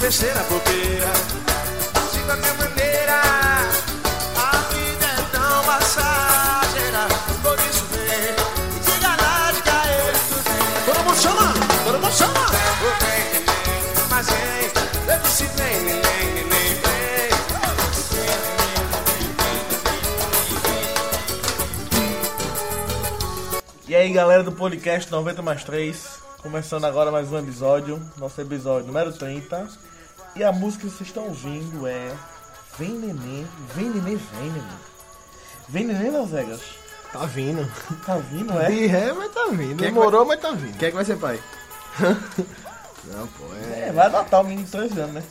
terceira bobeira. De qualquer maneira, a vida é tão passageira. Por isso vem, se enganar de cair. Todo mundo chama, todo mundo chama. Oh, vem, neném, mas vem, eu disse vem, neném, neném, vem. E aí galera do podcast 90 mais 3, começando agora mais um episódio, nosso episódio número 30. E a música que vocês estão ouvindo é Vem Nenê, Vem Nenê, Vem Nenê. Vem Nenê, Las Vegas. Tá vindo. Tá vindo, é? De ré, mas tá vindo. Quem é que Demorou, mas tá vindo. Quem é que vai ser pai? Não, pô, é. É, vai adotar o menino de 13 anos, né?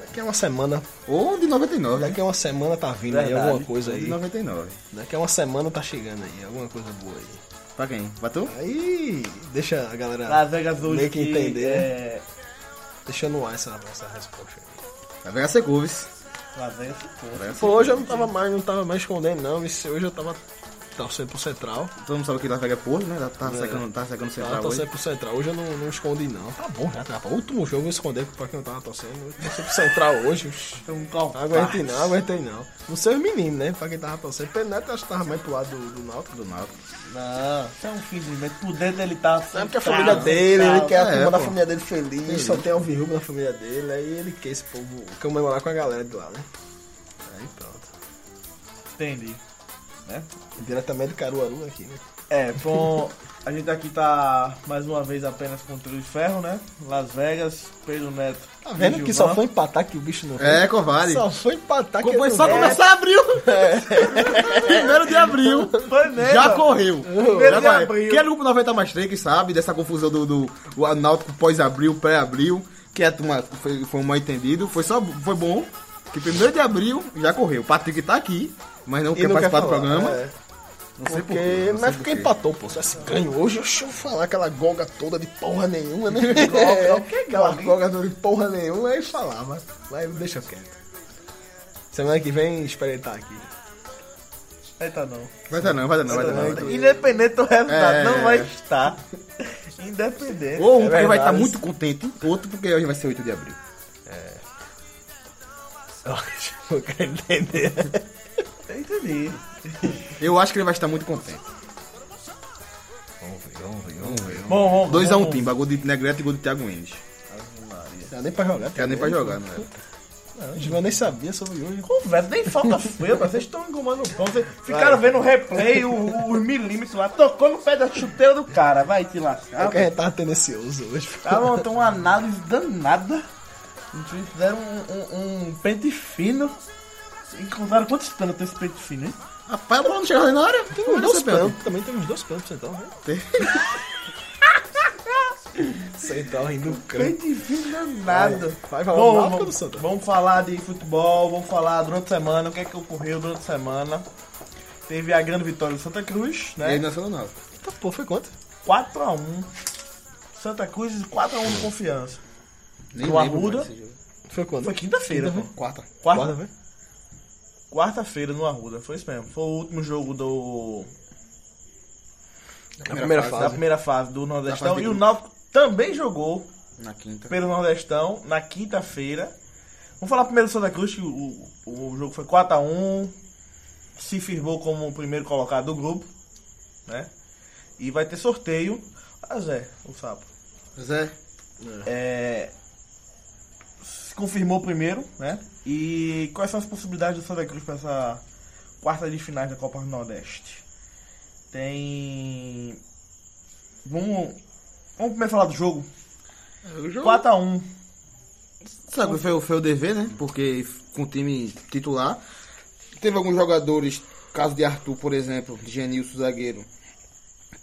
Daqui a é uma semana. Ou de 99, né? Daqui a uma semana tá vindo aí Verdade. alguma coisa De aí. 99. Daqui a uma semana tá chegando aí, alguma coisa boa aí. Pra quem? Pra tu? Aí deixa a galera. Las Vegas hoje Meio que entender. né? É... Deixa no ar essa, essa resposta aí. Vai pegar Securves. Las Vegas ficou. Pô, hoje eu não tava mais, não tava mais escondendo, não. Isso, hoje eu tava torcendo pro central. Todo mundo sabe que Las Vegas é porra, né? Tá secando, tá secando Tava central hoje. torcendo pro central. Hoje eu não, não escondi, não. Tá bom já, tá bom. Último jogo eu esconder pra quem eu tava torcendo. Eu torci pro central hoje. Oxi. Foi um corte. Não aguentei não, aguentei não. Não sei os meninos, né? Pra quem tava torcendo. Penetra, acho que tava mais pro lado do, do Náutico. Do Náutico. Não, isso é um fingimento. Por dentro ele tá... É porque a família dele, ele quer a é, turma da pô. família dele feliz, só tem o viúva na família dele, aí ele quer esse povo comemorar com a galera de lá, né? Aí pronto. Entendi. Né? Diretamente do Caruaru aqui, né? É, bom, a gente aqui tá mais uma vez apenas com o Trio de Ferro, né? Las Vegas, Pedro Neto. Tá vendo e que Gilvan. só foi empatar que o bicho não É, covarde. Só foi empatar que Foi ele só não- começar abril. é. Primeiro de abril. Foi mesmo. Já correu. Já de vai. abril. Quem é do grupo 90 mais 3 que sabe dessa confusão do, do o Náutico pós-abril, pré-abril, que a turma foi, foi um mal entendido. Foi só foi bom que primeiro de abril já correu. O Patrick tá aqui, mas não E quer não quer participar do falar, programa. é. Não sei por quê, Porque, não sei mas por porque quê. empatou, pô. Se assim, ganho hoje, deixa eu falar aquela goga toda de porra nenhuma, né? Goga, o que é aquela goga, hein? goga toda de porra nenhuma, aí falava. Mas deixa quieto. Semana que vem experimentar aqui. Eita, não. Vai dar não, vai dar não, vai dar não. vai dar não. Independente do resultado, É. não vai estar. Independente. Ou um É porque vai estar verdade. muito contente, outro porque hoje vai ser 8 de abril. Eu acho que eu quero entender. Entendi. Eu acho que ele vai estar muito contente. Bom, vamos. 2x1 vamos- time, bagulho de Negrete e gol do Thiago Mendes. Não dá nem pra jogar. Quer nem pra jogar, não é? Não, o Givan nem sabia sobre hoje. Conversa, nem falta feia, mas vocês estão engomando o pão. Vocês ficaram vendo o replay, o- o- os milímetros lá. Tocou no pé da chuteira do cara. Vai te É lascar. que a gente tava tendencioso hoje. Tá bom, tem uma análise danada. Eles Fizeram um, um- um pente fino. Encontraram quantos pelos tem esse pente fino, hein? Rapaz, a bola não chegou nem na área. Tem uns dois Essa pena. pênaltis. Também tem uns dois pênaltis, então, né? Tem. Central rindo do canto. Pente fino danado. Vai, vai, vai. Bom, Náutico do vamos, Santa. vamos falar de futebol, vamos falar durante a semana, o que é que ocorreu durante a semana. Teve a grande vitória do Santa Cruz, E aí né? nasceu o Náutico. Eita, pô, foi quanto? 4x1. Santa Cruz 4x1 de confiança. Nem Do lembro Arruda. mais desse jogo. Foi quanto? Foi quinta-feira, pô. Quarta. Quarta? Quarta, né? É foi? Quarta-feira no Arruda, foi isso mesmo. Foi o último jogo do. Na primeira da fase. primeira fase do Da Nordestão. fase de e o grupo. Náutico também jogou Na quinta. pelo Nordestão na quinta-feira. Vamos falar primeiro do Santa Cruz, que o, o jogo foi 4x1, se firmou como o primeiro colocado do grupo, né? E vai ter sorteio. Ah, Zé, o sapo. Zé, É, se confirmou primeiro, né? E quais são as possibilidades do Santa Cruz para essa quarta de finais da Copa do Nordeste? Tem. Vamos, vamos primeiro falar do jogo. o jogo. 4x1. Sabe, foi, o- foi o dever, né? Porque com o time titular. Teve alguns jogadores, caso de Arthur, por exemplo, de Genilson, zagueiro,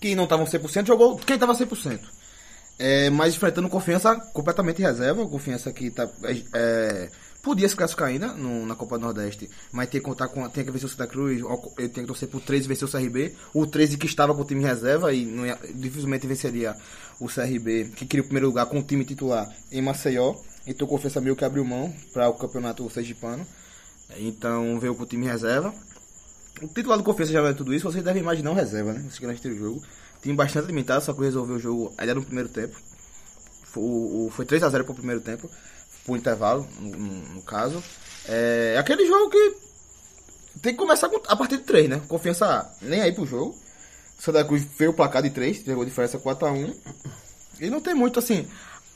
que não estavam 100%, jogou quem estava 100%. É, mas enfrentando confiança completamente reserva, confiança que tá, é, podia se classificar ainda no- na Copa do Nordeste, mas tem que contar com, tem que vencer o Santa Cruz, ou- ele tem que torcer pro 13 vencer o CRB, o 13 que estava com o time reserva e não ia- dificilmente venceria o CRB, que queria o primeiro lugar com o time titular em Maceió, então confiança meio que abriu mão para o campeonato sergipano, então veio com o time reserva. O titular do Confiança já vai tudo isso, vocês devem imaginar um reserva, né? Vocês que assistir o jogo. Time bastante limitado, só que resolveu o jogo ainda no primeiro tempo. Foi, o- foi 3x0 pro primeiro tempo. pro intervalo, no, no- no caso. É aquele jogo que tem que começar com- a partir de 3, né? Confiança A, nem aí pro jogo. Santa Cruz veio o placar de 3, jogou diferença 4x1. E não tem muito assim.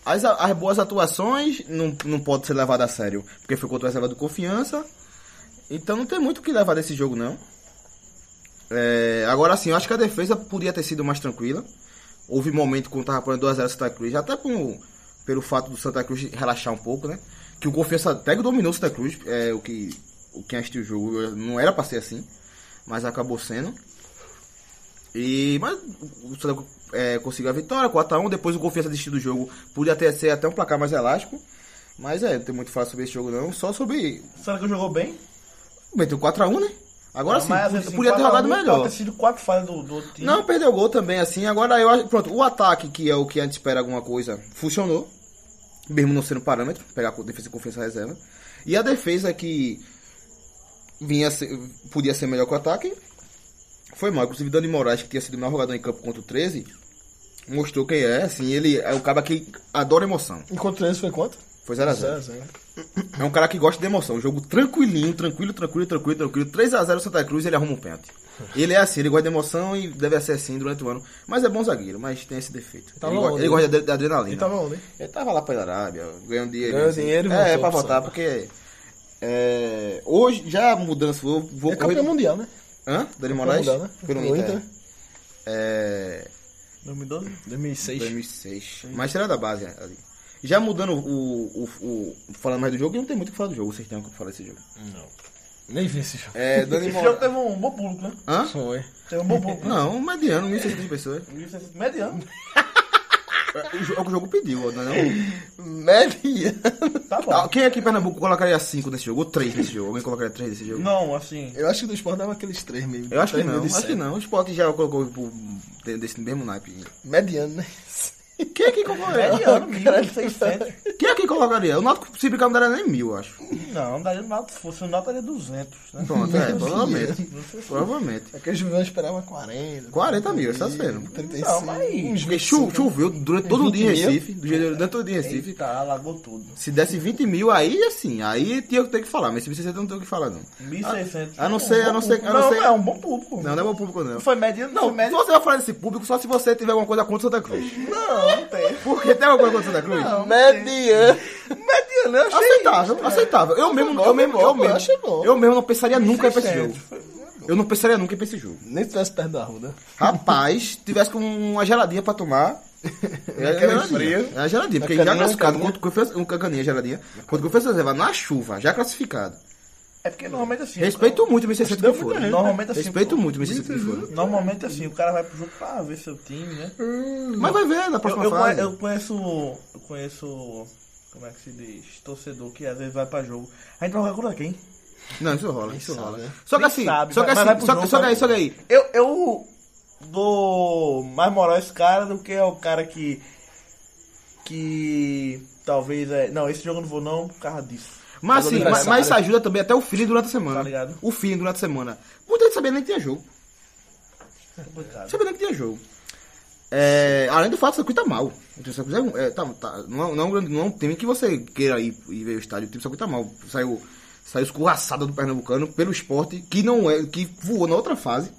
As, as boas atuações não, não pode ser levada a sério, porque foi contra o reserva do confiança. Então não tem muito o que levar desse jogo, não. É, agora sim, eu acho que a defesa podia ter sido mais tranquila. Houve momento quando tava apanhando 2x0 Santa Cruz, até com, pelo fato do Santa Cruz relaxar um pouco, né? Que o Confiança até que dominou o Santa Cruz, é, o que o quem assistiu o jogo eu- não era pra ser assim, mas acabou sendo. E, mas o Santa Cruz é, conseguiu a vitória, 4x1, depois o Confiança desistiu do jogo, podia ter, ser até um placar mais elástico. Mas é, não tem muito o que falar sobre esse jogo não, só sobre... Será que jogou bem? Meteu 4x1, né? Agora sim, Mas, podia, assim, podia 4 ter a 1 jogado melhor. Pode ter sido quatro falhas do, do outro time. Não, perdeu gol também, assim. Agora eu acho. Pronto, o ataque, que é o que antes espera alguma coisa, funcionou. Mesmo não sendo parâmetro, pegar com defesa e confiança reserva. E a defesa que vinha ser- podia ser melhor que o ataque. Foi mal. Inclusive Dani Moraes, que tinha sido o melhor jogador em campo contra o 13, mostrou quem é, assim, ele é o cara que adora emoção. Enquanto eles foi quanto? Foi 0x0. Zero, zero. É um cara que gosta de emoção. Um jogo tranquilinho, tranquilo, tranquilo, tranquilo, tranquilo. 3x0 Santa Cruz, ele arruma um pênalti. Ele é assim, ele gosta de emoção e deve ser assim durante o ano. Mas é bom zagueiro, mas tem esse defeito. Tava ele, gosta, onde? ele gosta de, de adrenalina. Ele tava onde? hein? Ele tava lá pra Arábia, ganhou um dinheiro. tá Ganhou dinheiro e É, voltou é pra pro voltar, Samba. porque... é, hoje, já mudança, vou, vou É campeão mundial, né? Hã? Dani Moraes? mundial, né? Pelo Pelo Inter. Inter. É... 2012? 2006. 2006. Mas será da base né, ali. Já mudando o, o, o- Falando mais do jogo, não tem muito o que falar do jogo. Vocês têm o que falar desse jogo. Nem vi esse jogo. É, Dani Esse jogo Moraes. teve um bom público, né? Hã? Foi. Teve um bom público. né? Não, mediano, 1.600 pessoas. Mediano. É o jo- é o que o jogo pediu, não é não? Mediano. Tá bom. Tá, Quem aqui em Pernambuco colocaria 5 nesse jogo? Ou 3 nesse jogo? Alguém colocaria 3 nesse jogo? Não, assim. Eu acho que do esporte dava aqueles três mesmo. Eu acho que Três não, mil de acho que sete. não. O Sport já colocou tipo, de- desse mesmo naipe. Mediano, né? Quem aqui colocaria? Mediano, 1.600. Quem aqui colocaria? O Náutico, se brincar, não daria nem mil, eu acho. Não, não daria nada. Se fosse o Nauta, daria 200, né? Pronto, é, provavelmente. Provavelmente. Aquele Juvenal esperava 40. 40 mil, essas feiras. 35. Não, mas- Uns Porque cho- 25. choveu durante todo o dia em 20 mil. Recife. do jeito- Durante todo o dia em Recife. Eita, alagou tudo. Se desse 20 mil, aí assim, aí tinha que ter que falar, mas 1.600 não tem o que falar, não. 1.600. Ah, A não ser, a não ser, a não Não, ser. é um bom público. Não, não é bom público, não. Não foi mediano, não. Foi É, Se mediano. você vai falar desse público só se você tiver alguma coisa contra o Santa Cruz. Não, não tem. Porque tem alguma coisa contra o Santa Cruz? Mediano. Mediano, eu achei. é. Aceitável, aceitável. Eu mesmo, bom, eu mesmo, foi bom, eu eu mesmo, achei bom. eu mesmo não pensaria nunca em pra esse 600, jogo. Eu não pensaria nunca em pra esse jogo. Nem tivesse perto da Arruda. Rapaz, tivesse com uma geladinha pra tomar. É Aquela geladinha. fria. É a geladinha, porque Uma já caninha, né? classificado uma contra o Confiança, um caninha geladinha, contra o Confiança reserva na chuva, já classificado. É porque normalmente assim. Respeito muito o 1600 que Deu muita for. gente, né? Normalmente assim, Respeito pô. muito o 1600 que for. Normalmente assim, o cara vai pro jogo pra ver seu time, né? Mas vai ver na Eu, próxima eu conhe- fase. eu conheço. Eu conheço. Como é que se diz? Torcedor que às vezes vai pra jogo. A gente vai jogar contra quem? Não, isso rola, isso rola. sabe, né? Só que Nem assim, sabe, só que mas- mas vai assim, pro só jogo, que- só que vai aí, pro só que aí. Eu, eu dou mais moral a esse cara do que ao cara que. Que. Talvez é. Não, esse jogo eu não vou não por causa disso. Mas Jogo sim, mas, engraçado. mas isso ajuda também até o feeling durante a semana. Tá ligado? O feeling durante a semana. Muita gente sabia nem que tinha jogo. É complicado. Sabia nem que tinha jogo. É, além do fato, o circuito tá mal. O circuito é um- é, tá- tá- não, é- não, é um grande- não é um time que você queira ir e ver o estádio. O time circuito tá mal. Saiu, saiu escorraçado do Pernambucano pelo esporte, que não é, que voou na outra fase.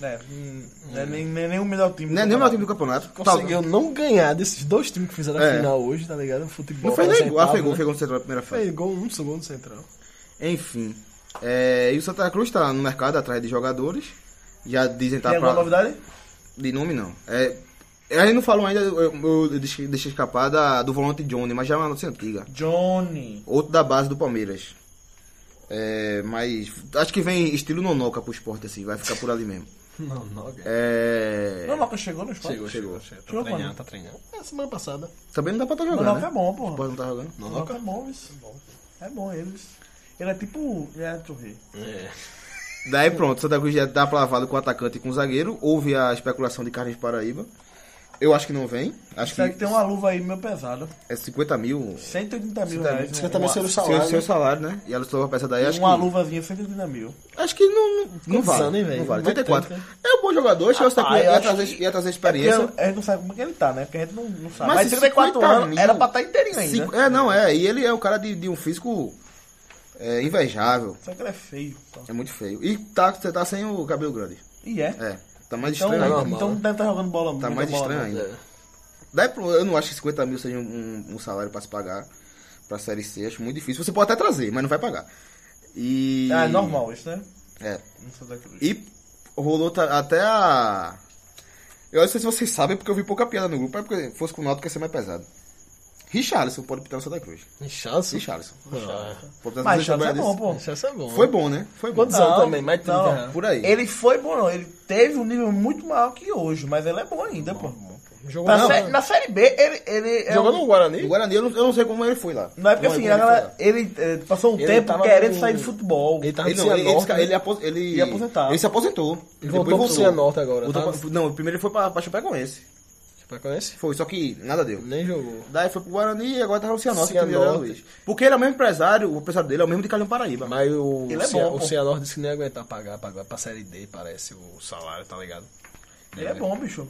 É, hum, não é nem, nem, nem o melhor time. Não é do nem o campeonato. melhor time do campeonato. Conseguiu não ganhar desses dois times que fizeram É. a final hoje, tá ligado? Futebol. Não um fez nem gol. Ah, reservado, fez gol, né? fez gol no central na primeira fase. Fez gol um segundo central. Enfim. é, e o Santa Cruz tá no mercado atrás de jogadores. Já dizem tá Tem alguma pra- novidade? De nome não. É, a gente não falou ainda, eu, eu deixei, deixei escapar da, do volante Johnny, mas já é uma notícia antiga. Johnny. Outro da base do Palmeiras. É, mas acho que vem estilo nonoca pro esporte, assim, vai ficar por ali mesmo. Não, não, cara. É, Não, Nonoca chegou no esporte. chegou. chegou. Chegou quando? tá treinando. É, semana passada. também não dá pra estar jogando. Nonoca né? é bom, O porra. esporte não tá jogando. Nonoca é bom, isso. É bom eles. Ele é tipo. Ele é Torre. É. tá Daí pronto, Santa Cruz já dá pra lavado com o atacante e com o zagueiro. Houve a especulação de Carlos Paraíba. Eu acho que não vem. Acho que Será que tem uma luva aí meio pesada? é 50 mil. 180 mil reais. tá 50 mil uma, seria o Seu, salário. seu salário, né? E a luva peça daí, acho uma que. luvazinha, 180 mil. Acho que não, não, não vale. anos, hein, velho? não vale. Não é 34. tanto, É um bom jogador, acho que é Ah, eu ia acho trazer, ia trazer Porque experiência. a gente não sabe como é que ele tá, né? Porque a gente não, não sabe. Mas Mas, se 54 50 anos, mil, era pra estar inteirinho ainda. Cinco- é, não, é. E ele é um cara de, de um físico é, invejável. Só que ele é feio. Tá? É muito feio. E tá, você tá sem o cabelo grande. E é. É. Tá mais Então, estranho ainda. normal, então né? deve estar jogando bola Tá muita mais bola, estranho né? ainda. É. Daí pro- eu não acho que 50 mil seja um, um salário pra se pagar pra Série C. Acho muito difícil. Você pode até trazer, mas não vai pagar. E... Ah, é normal isso, né? É. Não sei daquilo. E rolou ta- até a. Eu não sei se vocês sabem, porque eu vi pouca piada no grupo. É porque fosse com o Náutico ia ser mais pesado. Richarlison pode pintar no Santa Cruz. Chance? Richarlison. Não. Pode pintar no Mas Santa Chaves Cruz. é bom, pô. Chance é bom. Foi bom, né? Foi bom. Quantos anos também? Mais 30 não. reais. é, Por aí. Ele foi bom, não. Ele teve um nível muito maior que hoje, mas ele é bom ainda, pô. Jogou Na, no- sé- na Série B, ele... ele é Jogou um- no No Guarani? Guarani, eu não, eu não sei como ele foi lá. Não é porque Como assim, como ele ela- foi lá. ele eh, passou um Ele tempo tava querendo no- sair do futebol. Ele tava Ele, no não, ele, Cianorte. ele, ele, né? apos- ele, Ia aposentar. ele se aposentou. Ele Depois voltou pro Cianorta agora, Voltou tá? pra- não, primeiro ele foi pra, pra Chapecoense. Pra conhecer? Foi, só que nada deu. Nem jogou. Daí foi pro Guarani e agora tá no Cianorte, que Cianorte. ele era Luiz. Porque ele é o mesmo empresário, o empresário dele é o mesmo de Calhão Paraíba. Mas o, Ele é Cea- bom, o pô. Cianor disse que nem ia aguentar pagar, pagar pra série D, parece, o salário, tá ligado? Ele é bom, bicho.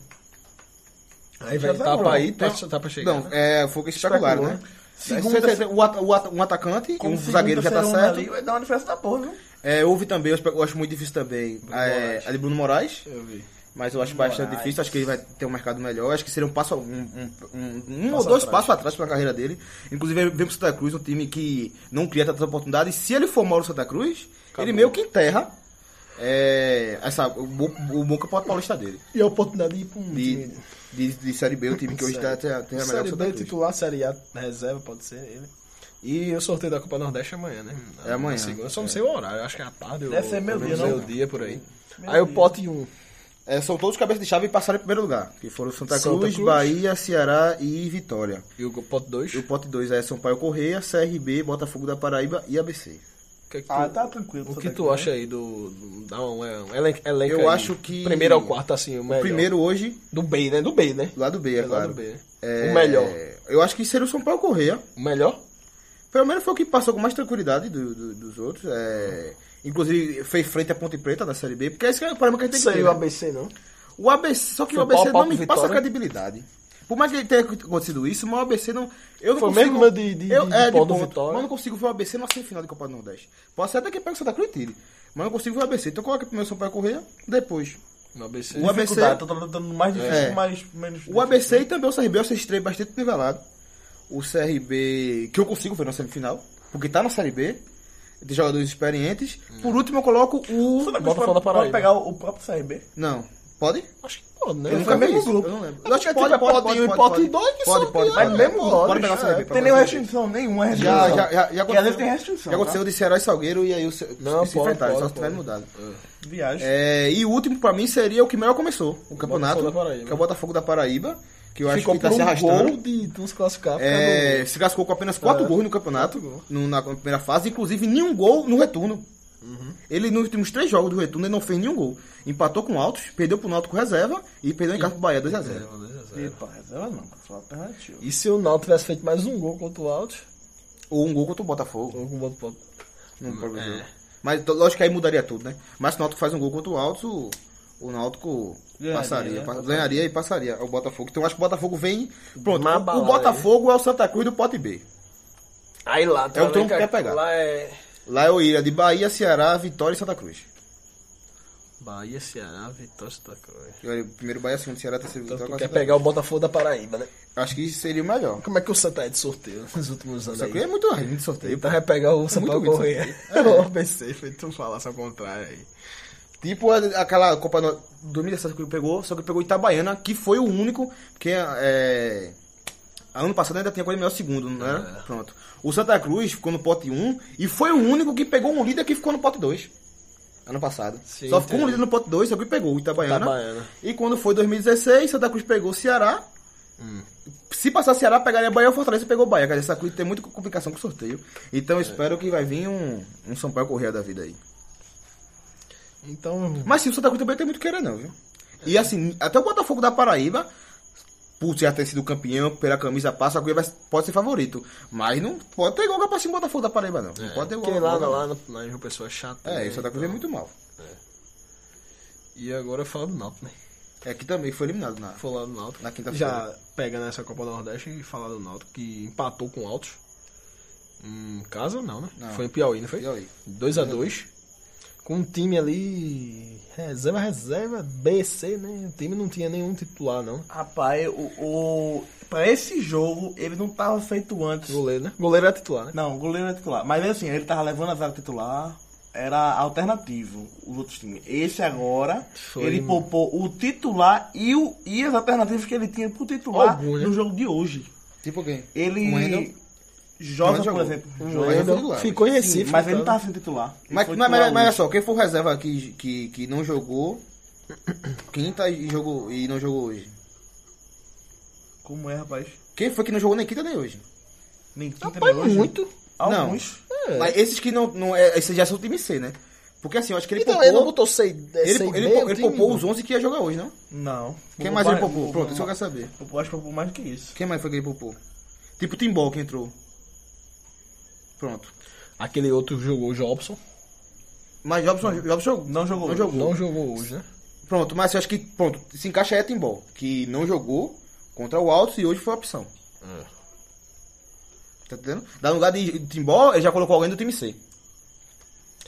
Aí vai Já tá tá pra bom. aí, tá, Tem- tá pra chegar. Não, né? é, foi o que especularam, Especulou, né? né? Segunda- Você tem o at- o at- um atacante, um segunda, zagueiro já tá terceira onda certo. Ali, vai dar uma diferença da porra, viu? É, houve também, eu espe- eu acho muito difícil também, é, Moraes. É. a de Bruno Moraes, Eu vi. mas eu acho bastante Moraes. difícil, acho que ele vai ter um mercado melhor, acho que seria um passo, um, um, um- um ou Passo dois atrás. passos atrás pra carreira dele. Inclusive, ele vem pro Santa Cruz, um time que não cria tantas oportunidades, se ele for mal no Santa Cruz, ele meio que enterra é, essa, o, bo- o bom campeonato paulista dele. E a oportunidade de ir pra um De, de, de Série B, o time que hoje tá, tá, tá Série melhor que o B, tipo, Santa Cruz. titular, Série A, reserva, pode ser ele. E o sorteio da Copa Nordeste é amanhã, né? É amanhã. Na Segunda, eu só não sei o horário, eu acho que é à tarde. ou- Deve ser meio-dia, ou não? Meio-dia, por aí. Aí o pote 1. É, são todos cabeça de chave e passaram em primeiro lugar. Que foram Santa, Santa Cruz, Cruz. Bahia, Ceará e Vitória. E o pote 2. E o pote 2 é São Paulo Correia, CRB, Botafogo da Paraíba e ABC. Ah, tá tranquilo. O Santa que é tu Cruz, acha aí do. do- Dá um um elenco, elenco Eu aí. acho que- Primeiro ao quarto, assim, o melhor. Primeiro hoje, Do B, né? Do B, né? do lado B, é Do claro. lado B, né? É, O melhor. Eu acho que seria o São Paulo Correia. O melhor? Pelo menos foi o que passou com mais tranquilidade do- do- dos outros. é, Inclusive, fez frente à Ponte Preta da Série B, porque é isso que é o problema que a gente tem que ter. né? ABC, não? O ABC, só que Foi o ABC pau, pau não me com passa Vitória. né? credibilidade. Por mais que tenha acontecido isso, mas o ABC não. Eu não Foi consigo. mesmo né, de- de- eu, de- é, de de pau do ponto. Vitória. Mas eu não consigo ver o ABC na semifinal de Copa do Nordeste. Posso até daqui pega o Santa Cruz e tire. Mas eu não consigo ver o ABC. Então coloca primeiro o São Paulo Correia, depois. No ABC. O ABC. Dificuldade, tá tentando mais difícil, É. mais menos. O né? ABC e também o CRB, eu achei estreia bastante nivelado. O CRB, que eu consigo ver na semifinal, porque tá na Série B, tem jogadores experientes. Hum. Por último, eu coloco o. Santa Cruz Botafogo pode- da Paraíba. Pode pegar o, o próprio CRB. Não, pode? Acho que pode, né? Eu nunca Foi vi isso. grupo. Eu não lembro. Eu acho que é tipo, é pote 1 e pote 2 que Pode, são pode, que- pode. é mesmo Pode, nome, pode pegar o é. CRB. Não tem nenhuma restrição, nenhuma Já, tá? restrição. já, já, já Porque às aconteceu. vezes tem restrição. Já aconteceu tá? de Ceará e Salgueiro e aí o se, Não, se pode, enfrentaram, pode, só se tiver pode. mudado. Viagem. É, e o último pra mim seria o que melhor começou o campeonato, da Paraíba. que é o Botafogo da Paraíba, que eu Ficou acho que tá por se um arrastando. gol de né? nos classificar. por causa É, se cascou com apenas 4 É, gols no campeonato, quatro gols. no- na primeira fase, inclusive nenhum gol no retorno. Ele, nos últimos três jogos do retorno, ele não fez nenhum gol. Empatou com o Altos, perdeu pro Náutico reserva e perdeu em casa pro Bahia 2x0. do- Epa, reserva não, só alternativa. E se o Náutico tivesse feito mais um gol contra o Alto, Ou um gol contra o Botafogo. ou com o outro ponto? No É. próprio jogo. Mas t- lógico que aí mudaria tudo, né? Mas se o Náutico faz um gol contra o Altos, o, o Náutico Ganharia, passaria, né? pa- ganharia e passaria ao Botafogo. Então eu acho que o Botafogo vem. Pronto, Na o- o, balada, Botafogo é o Santa Cruz do Pote B. Aí lá, É o tronco que quer pegar. Lá é. Lá é o Ilha de Bahia, Ceará, Vitória e Santa Cruz. Bahia, Ceará, Vitória, Santa Cruz. Primeiro Bahia, segundo Ceará, terceiro Então, Vitória. tu quarto quer Santa pegar o Botafogo da Paraíba, né? Acho que seria o melhor. Como é que o Santa é de sorteio nos últimos anos? Só aí? que é muito ruim de sorteio. Então vai pegar o São Paulo ruim de Correia. O É. ABC, foi "Então tu falasse ao contrário aí. Tipo a- aquela Copa no... 2017 que ele pegou, só que ele pegou Itabaiana, que foi o único, porque é, ano passado ainda tinha coisa melhor segundo, não É. era? Pronto. O Santa Cruz ficou no pote 1 e foi o único que pegou um líder que ficou no pote 2. Ano passado. Sim, só ficou um entendi. líder no pote 2, só que ele pegou o Itabaiana. Itabaiana. E quando foi 2016, Santa Cruz pegou o Ceará. Se passar Ceará, pegaria Bahia ou Fortaleza pegou Bahia. Quer dizer, Santa Cruz tem muita complicação com o sorteio. Então É. eu espero que vai vir um, um São Paulo Correia da vida aí. Então, Então, É, Mas sim, o Santa Cruz também tem muito querer não, viu? E assim, até o Botafogo da Paraíba por já ter sido campeão, pela camisa passa, a Cuiabá pode ser favorito. Mas não pode ter igual para cima do Botafogo da Paraíba, não. não pode ter É, Quem igual. lá, lá, lá, lá é uma pessoa chata. É, né? isso Santa Cruz é muito mal. E agora fala do Náutico, né? É que também foi eliminado na, Falar do Náutico. na quinta-feira. Já pegando essa Copa do Nordeste e falar do Náutico, que empatou com o Altos. Em casa, não, né? Não. Foi em Piauí, não foi? Piauí. 2x2. Com um time ali... Reserva, reserva, BC, né? O time não tinha nenhum titular, não. Rapaz, o, o. Pra esse jogo, ele não tava feito antes. Goleiro, né? Goleiro era titular, né? Não, o goleiro é titular. Mas assim, ele tava levando a zaga titular, era alternativo os outros times. Esse agora, Foi, ele mano. poupou o titular e, o, e as alternativas que ele tinha pro titular Algum, né? no jogo de hoje. Tipo quem? Ele O Wendel? joga, Mas por jogou. exemplo, Um joga, assim. Wendel, sim, titular, Ficou em Recife. mas ele não tá- tava sem titular. Ele Mas, foi mas, mas, titular mas olha hoje. só, quem for reserva que, que, que não jogou quinta e, jogou, e não jogou hoje? Como é, rapaz? Quem foi que não jogou nem quinta nem hoje? Nem quinta, Rapaz, nem hoje. muito. Alguns. É. Mas esses que não. não é, esses já são o time C, né? Porque assim, eu acho que ele Então, poupou. ele não botou 6 é, ele, ele, poupou- ele poupou um. os 11 que ia jogar hoje, não? Não. Quem mais ele Poupou- poupou? Pronto, isso poupou- eu quero saber. poupou- Acho que poupou mais do que isso. Quem mais foi que ele poupou? Tipo o Timbó que entrou. Pronto. Aquele outro jogou, o Jobson. Mas Jobson, Jobson jogou. Não jogou Não hoje. jogou. Não jogou hoje, né? Pronto, mas eu acho que pronto, se encaixa é Timbó, que não jogou contra o Alto e hoje foi a opção. Tá entendendo? Dá no lugar de Timbó, ele já colocou alguém do time C.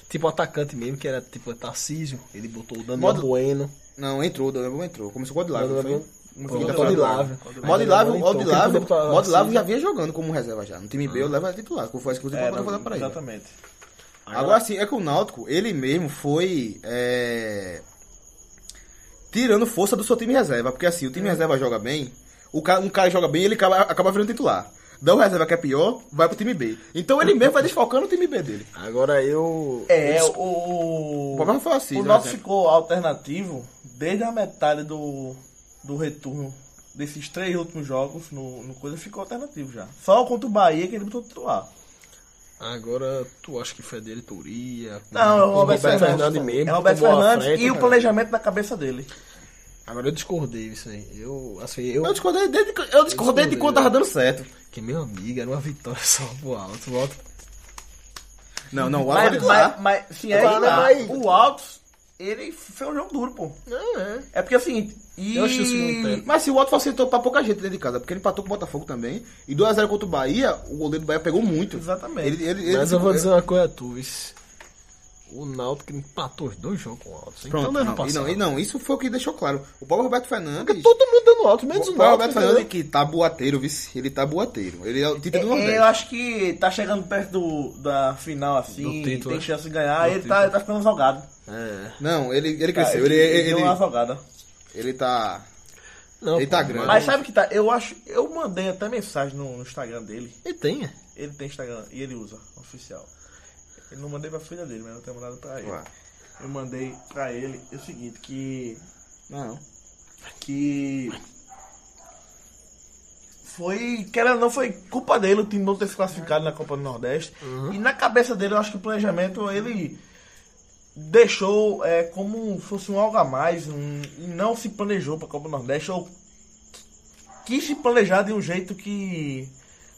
Tipo o atacante mesmo, que era tipo Tarcísio. Ele botou o Daniel Modo- Bueno. Não, entrou, Daniel entrou. Começou com o Odilávio, não foi? Foi Botou o contratado. Odilávio. Odilávio, Aí, então, Odilávio, quem foi botar Odilávio já Tarcísio? vinha jogando como reserva já. No time B, eu levo a titular, que foi exclusivo É, pra falar para ele. exatamente. Agora sim, é que o Náutico, ele mesmo foi é, tirando força do seu time reserva. Porque assim, o time reserva joga bem, o cara, um cara joga bem, ele acaba, acaba virando titular. Dá o reserva que é pior, vai pro time B. Então ele mesmo vai desfalcando o time B dele. Agora eu. É, eu... o. O problema foi assim, o né, nosso Zé? ficou alternativo desde a metade do, do retorno desses três últimos jogos no, no coisa ficou alternativo já. Só contra o Bahia que ele botou titular. Agora tu acha que foi dele Turia? Não, é o com Roberto Fernandes. mesmo. é o Roberto tomou a Fernandes frente, e o né? planejamento da cabeça dele. Agora eu discordei isso aí. Eu, assim, eu. Eu discordei, desde, que- eu discordei de quando tava dando certo. Que meu amigo, era uma vitória só pro alto. O alto. Não, não, o Alves Mas, vai mas, titular. mas sim, é Claro, que tá. mas- o Altos, ele foi um jogo duro, pô. Não, é. É porque assim. E... Eu achei o segundo tempo. Mas se o Alto facilitou pra pouca gente dentro de casa, porque ele empatou com o Botafogo também. E 2x0 contra o Bahia, o goleiro do Bahia pegou muito. Exatamente. Ele, ele, ele- Mas eu vou dizer uma coisa a tu, isso. O Náutico empatou os dois jogos com o Alto. Pronto, então não, não, e não, e não, isso foi o que deixou claro. O Paulo Roberto Fernandes. Todo mundo dando alto, O menos o Paulo Roberto Náutico. Fernandes entendeu? que tá boateiro, vice. Ele tá boateiro. Ele é o título do É, Nordeste. Eu acho que tá chegando perto do- da final assim, Do título, tem né? chance de ganhar, ele Do tá, título. ele tá ficando salgado. É. Não, ele, Tá, ele cresceu. assim, ele, ele, deu ele, Então uma salgada. ele tá. Não, Ele tá grande. Mas sabe que tá? Eu acho. Eu mandei até mensagem no, no Instagram dele. E tem, é. Ele tem Instagram e ele usa, oficial. Eu não mandei pra filha dele, mas eu tenho mandado pra ele. Ué. Eu mandei pra ele o seguinte, que. né, Não. Que. Foi. Querendo ou não, foi culpa dele o time não ter se classificado na Copa do Nordeste. E na cabeça dele, eu acho que o planejamento ele deixou é, como fosse um algo a mais. um- e não se planejou pra Copa do Nordeste. Ou quis se planejar de um jeito que.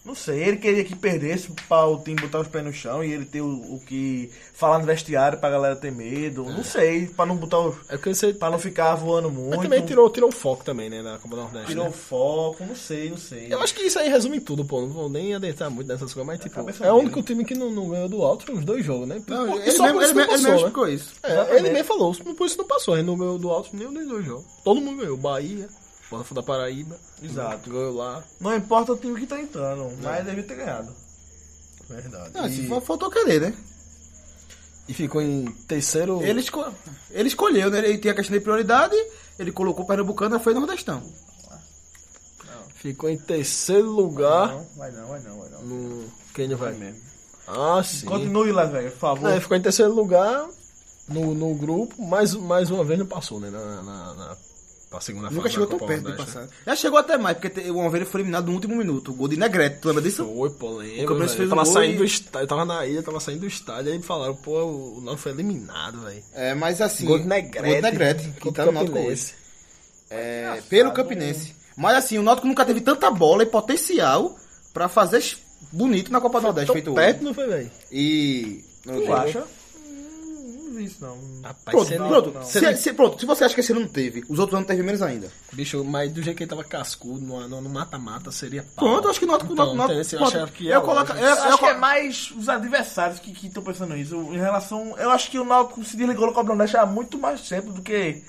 Não sei, ele queria que perdesse pra o time botar os pés no chão e ele ter o, o que falar no vestiário pra galera ter medo. Não sei, pra não botar os. É porque você. Pra não ficar voando muito. É. Mas também tirou, tirou o foco também, né, na Copa do Nordeste. Tirou né? foco, não sei, não sei. Eu acho que isso aí resume tudo, pô. Não vou nem adentrar muito nessas coisas, mas tipo, cabeça é o dele, único time que não, não ganhou do alto nos dois jogos, né? não Por- ele, só mesmo, por isso não ele, mesmo- ele mesmo passou, né? explicou isso. É, ele mesmo falou, por isso não passou, ele não ganhou do alto nenhum dos dois jogos. Todo mundo ganhou, Bahia, Botafogo da Paraíba. Exato. Ganhou lá. Não importa o time que tá entrando, mas deve ter ganhado. Verdade. Não, e, se for, faltou querer, né? e ficou em terceiro. Ele, esco... ele escolheu, né? Ele tinha questão de prioridade, ele colocou o Pernambucano e foi no Nordestão. Ficou em terceiro lugar Não, vai não, vai não, vai não. no. Quem ele vai? mesmo. Ah, sim. Continue lá, velho, por favor. É, ficou em terceiro lugar no, no grupo, mais, mais uma vez não passou, né? Na, na, na, pra segunda Nunca fase chegou da tão Copa perto de Nordeste, né? passar. Já chegou até mais, porque te- o Alveira foi eliminado no último minuto. O gol de Negrete, tu lembra disso? Foi, pô, lembro, O Campinense velho. Eu fez tava um gol saindo e- do estádio, eu tava na ilha, tava saindo do estádio, aí me falaram, pô, o Náutico foi eliminado, velho. É, mas assim. Gol de Negrete. é Gol de Negrete, que contra tá o no Náutico hoje. Campinense. É, pelo Campinense. Mas assim, o Náutico nunca teve tanta bola e potencial pra fazer bonito na Copa do Nordeste, feito Tão hoje. perto não foi, velho. E. Tu acha? Hum, Não vi isso, não. Rapaz, Pronto, você não- pronto. não. Se, se- pronto. Se você acha que esse ano não teve, os outros anos teve menos ainda. Bicho, mas do jeito que ele tava cascudo, no- no no mata-mata, seria pau. Pronto, acho que o Náutico... Então, o Náutico- entendeu? Eu pronto. achava que eu ia coloca- longe. eu- eu acho que colo- é mais os adversários que estão pensando nisso. Em relação. Eu acho que o Náutico se desligou do Copa do Nordeste há muito mais tempo do que.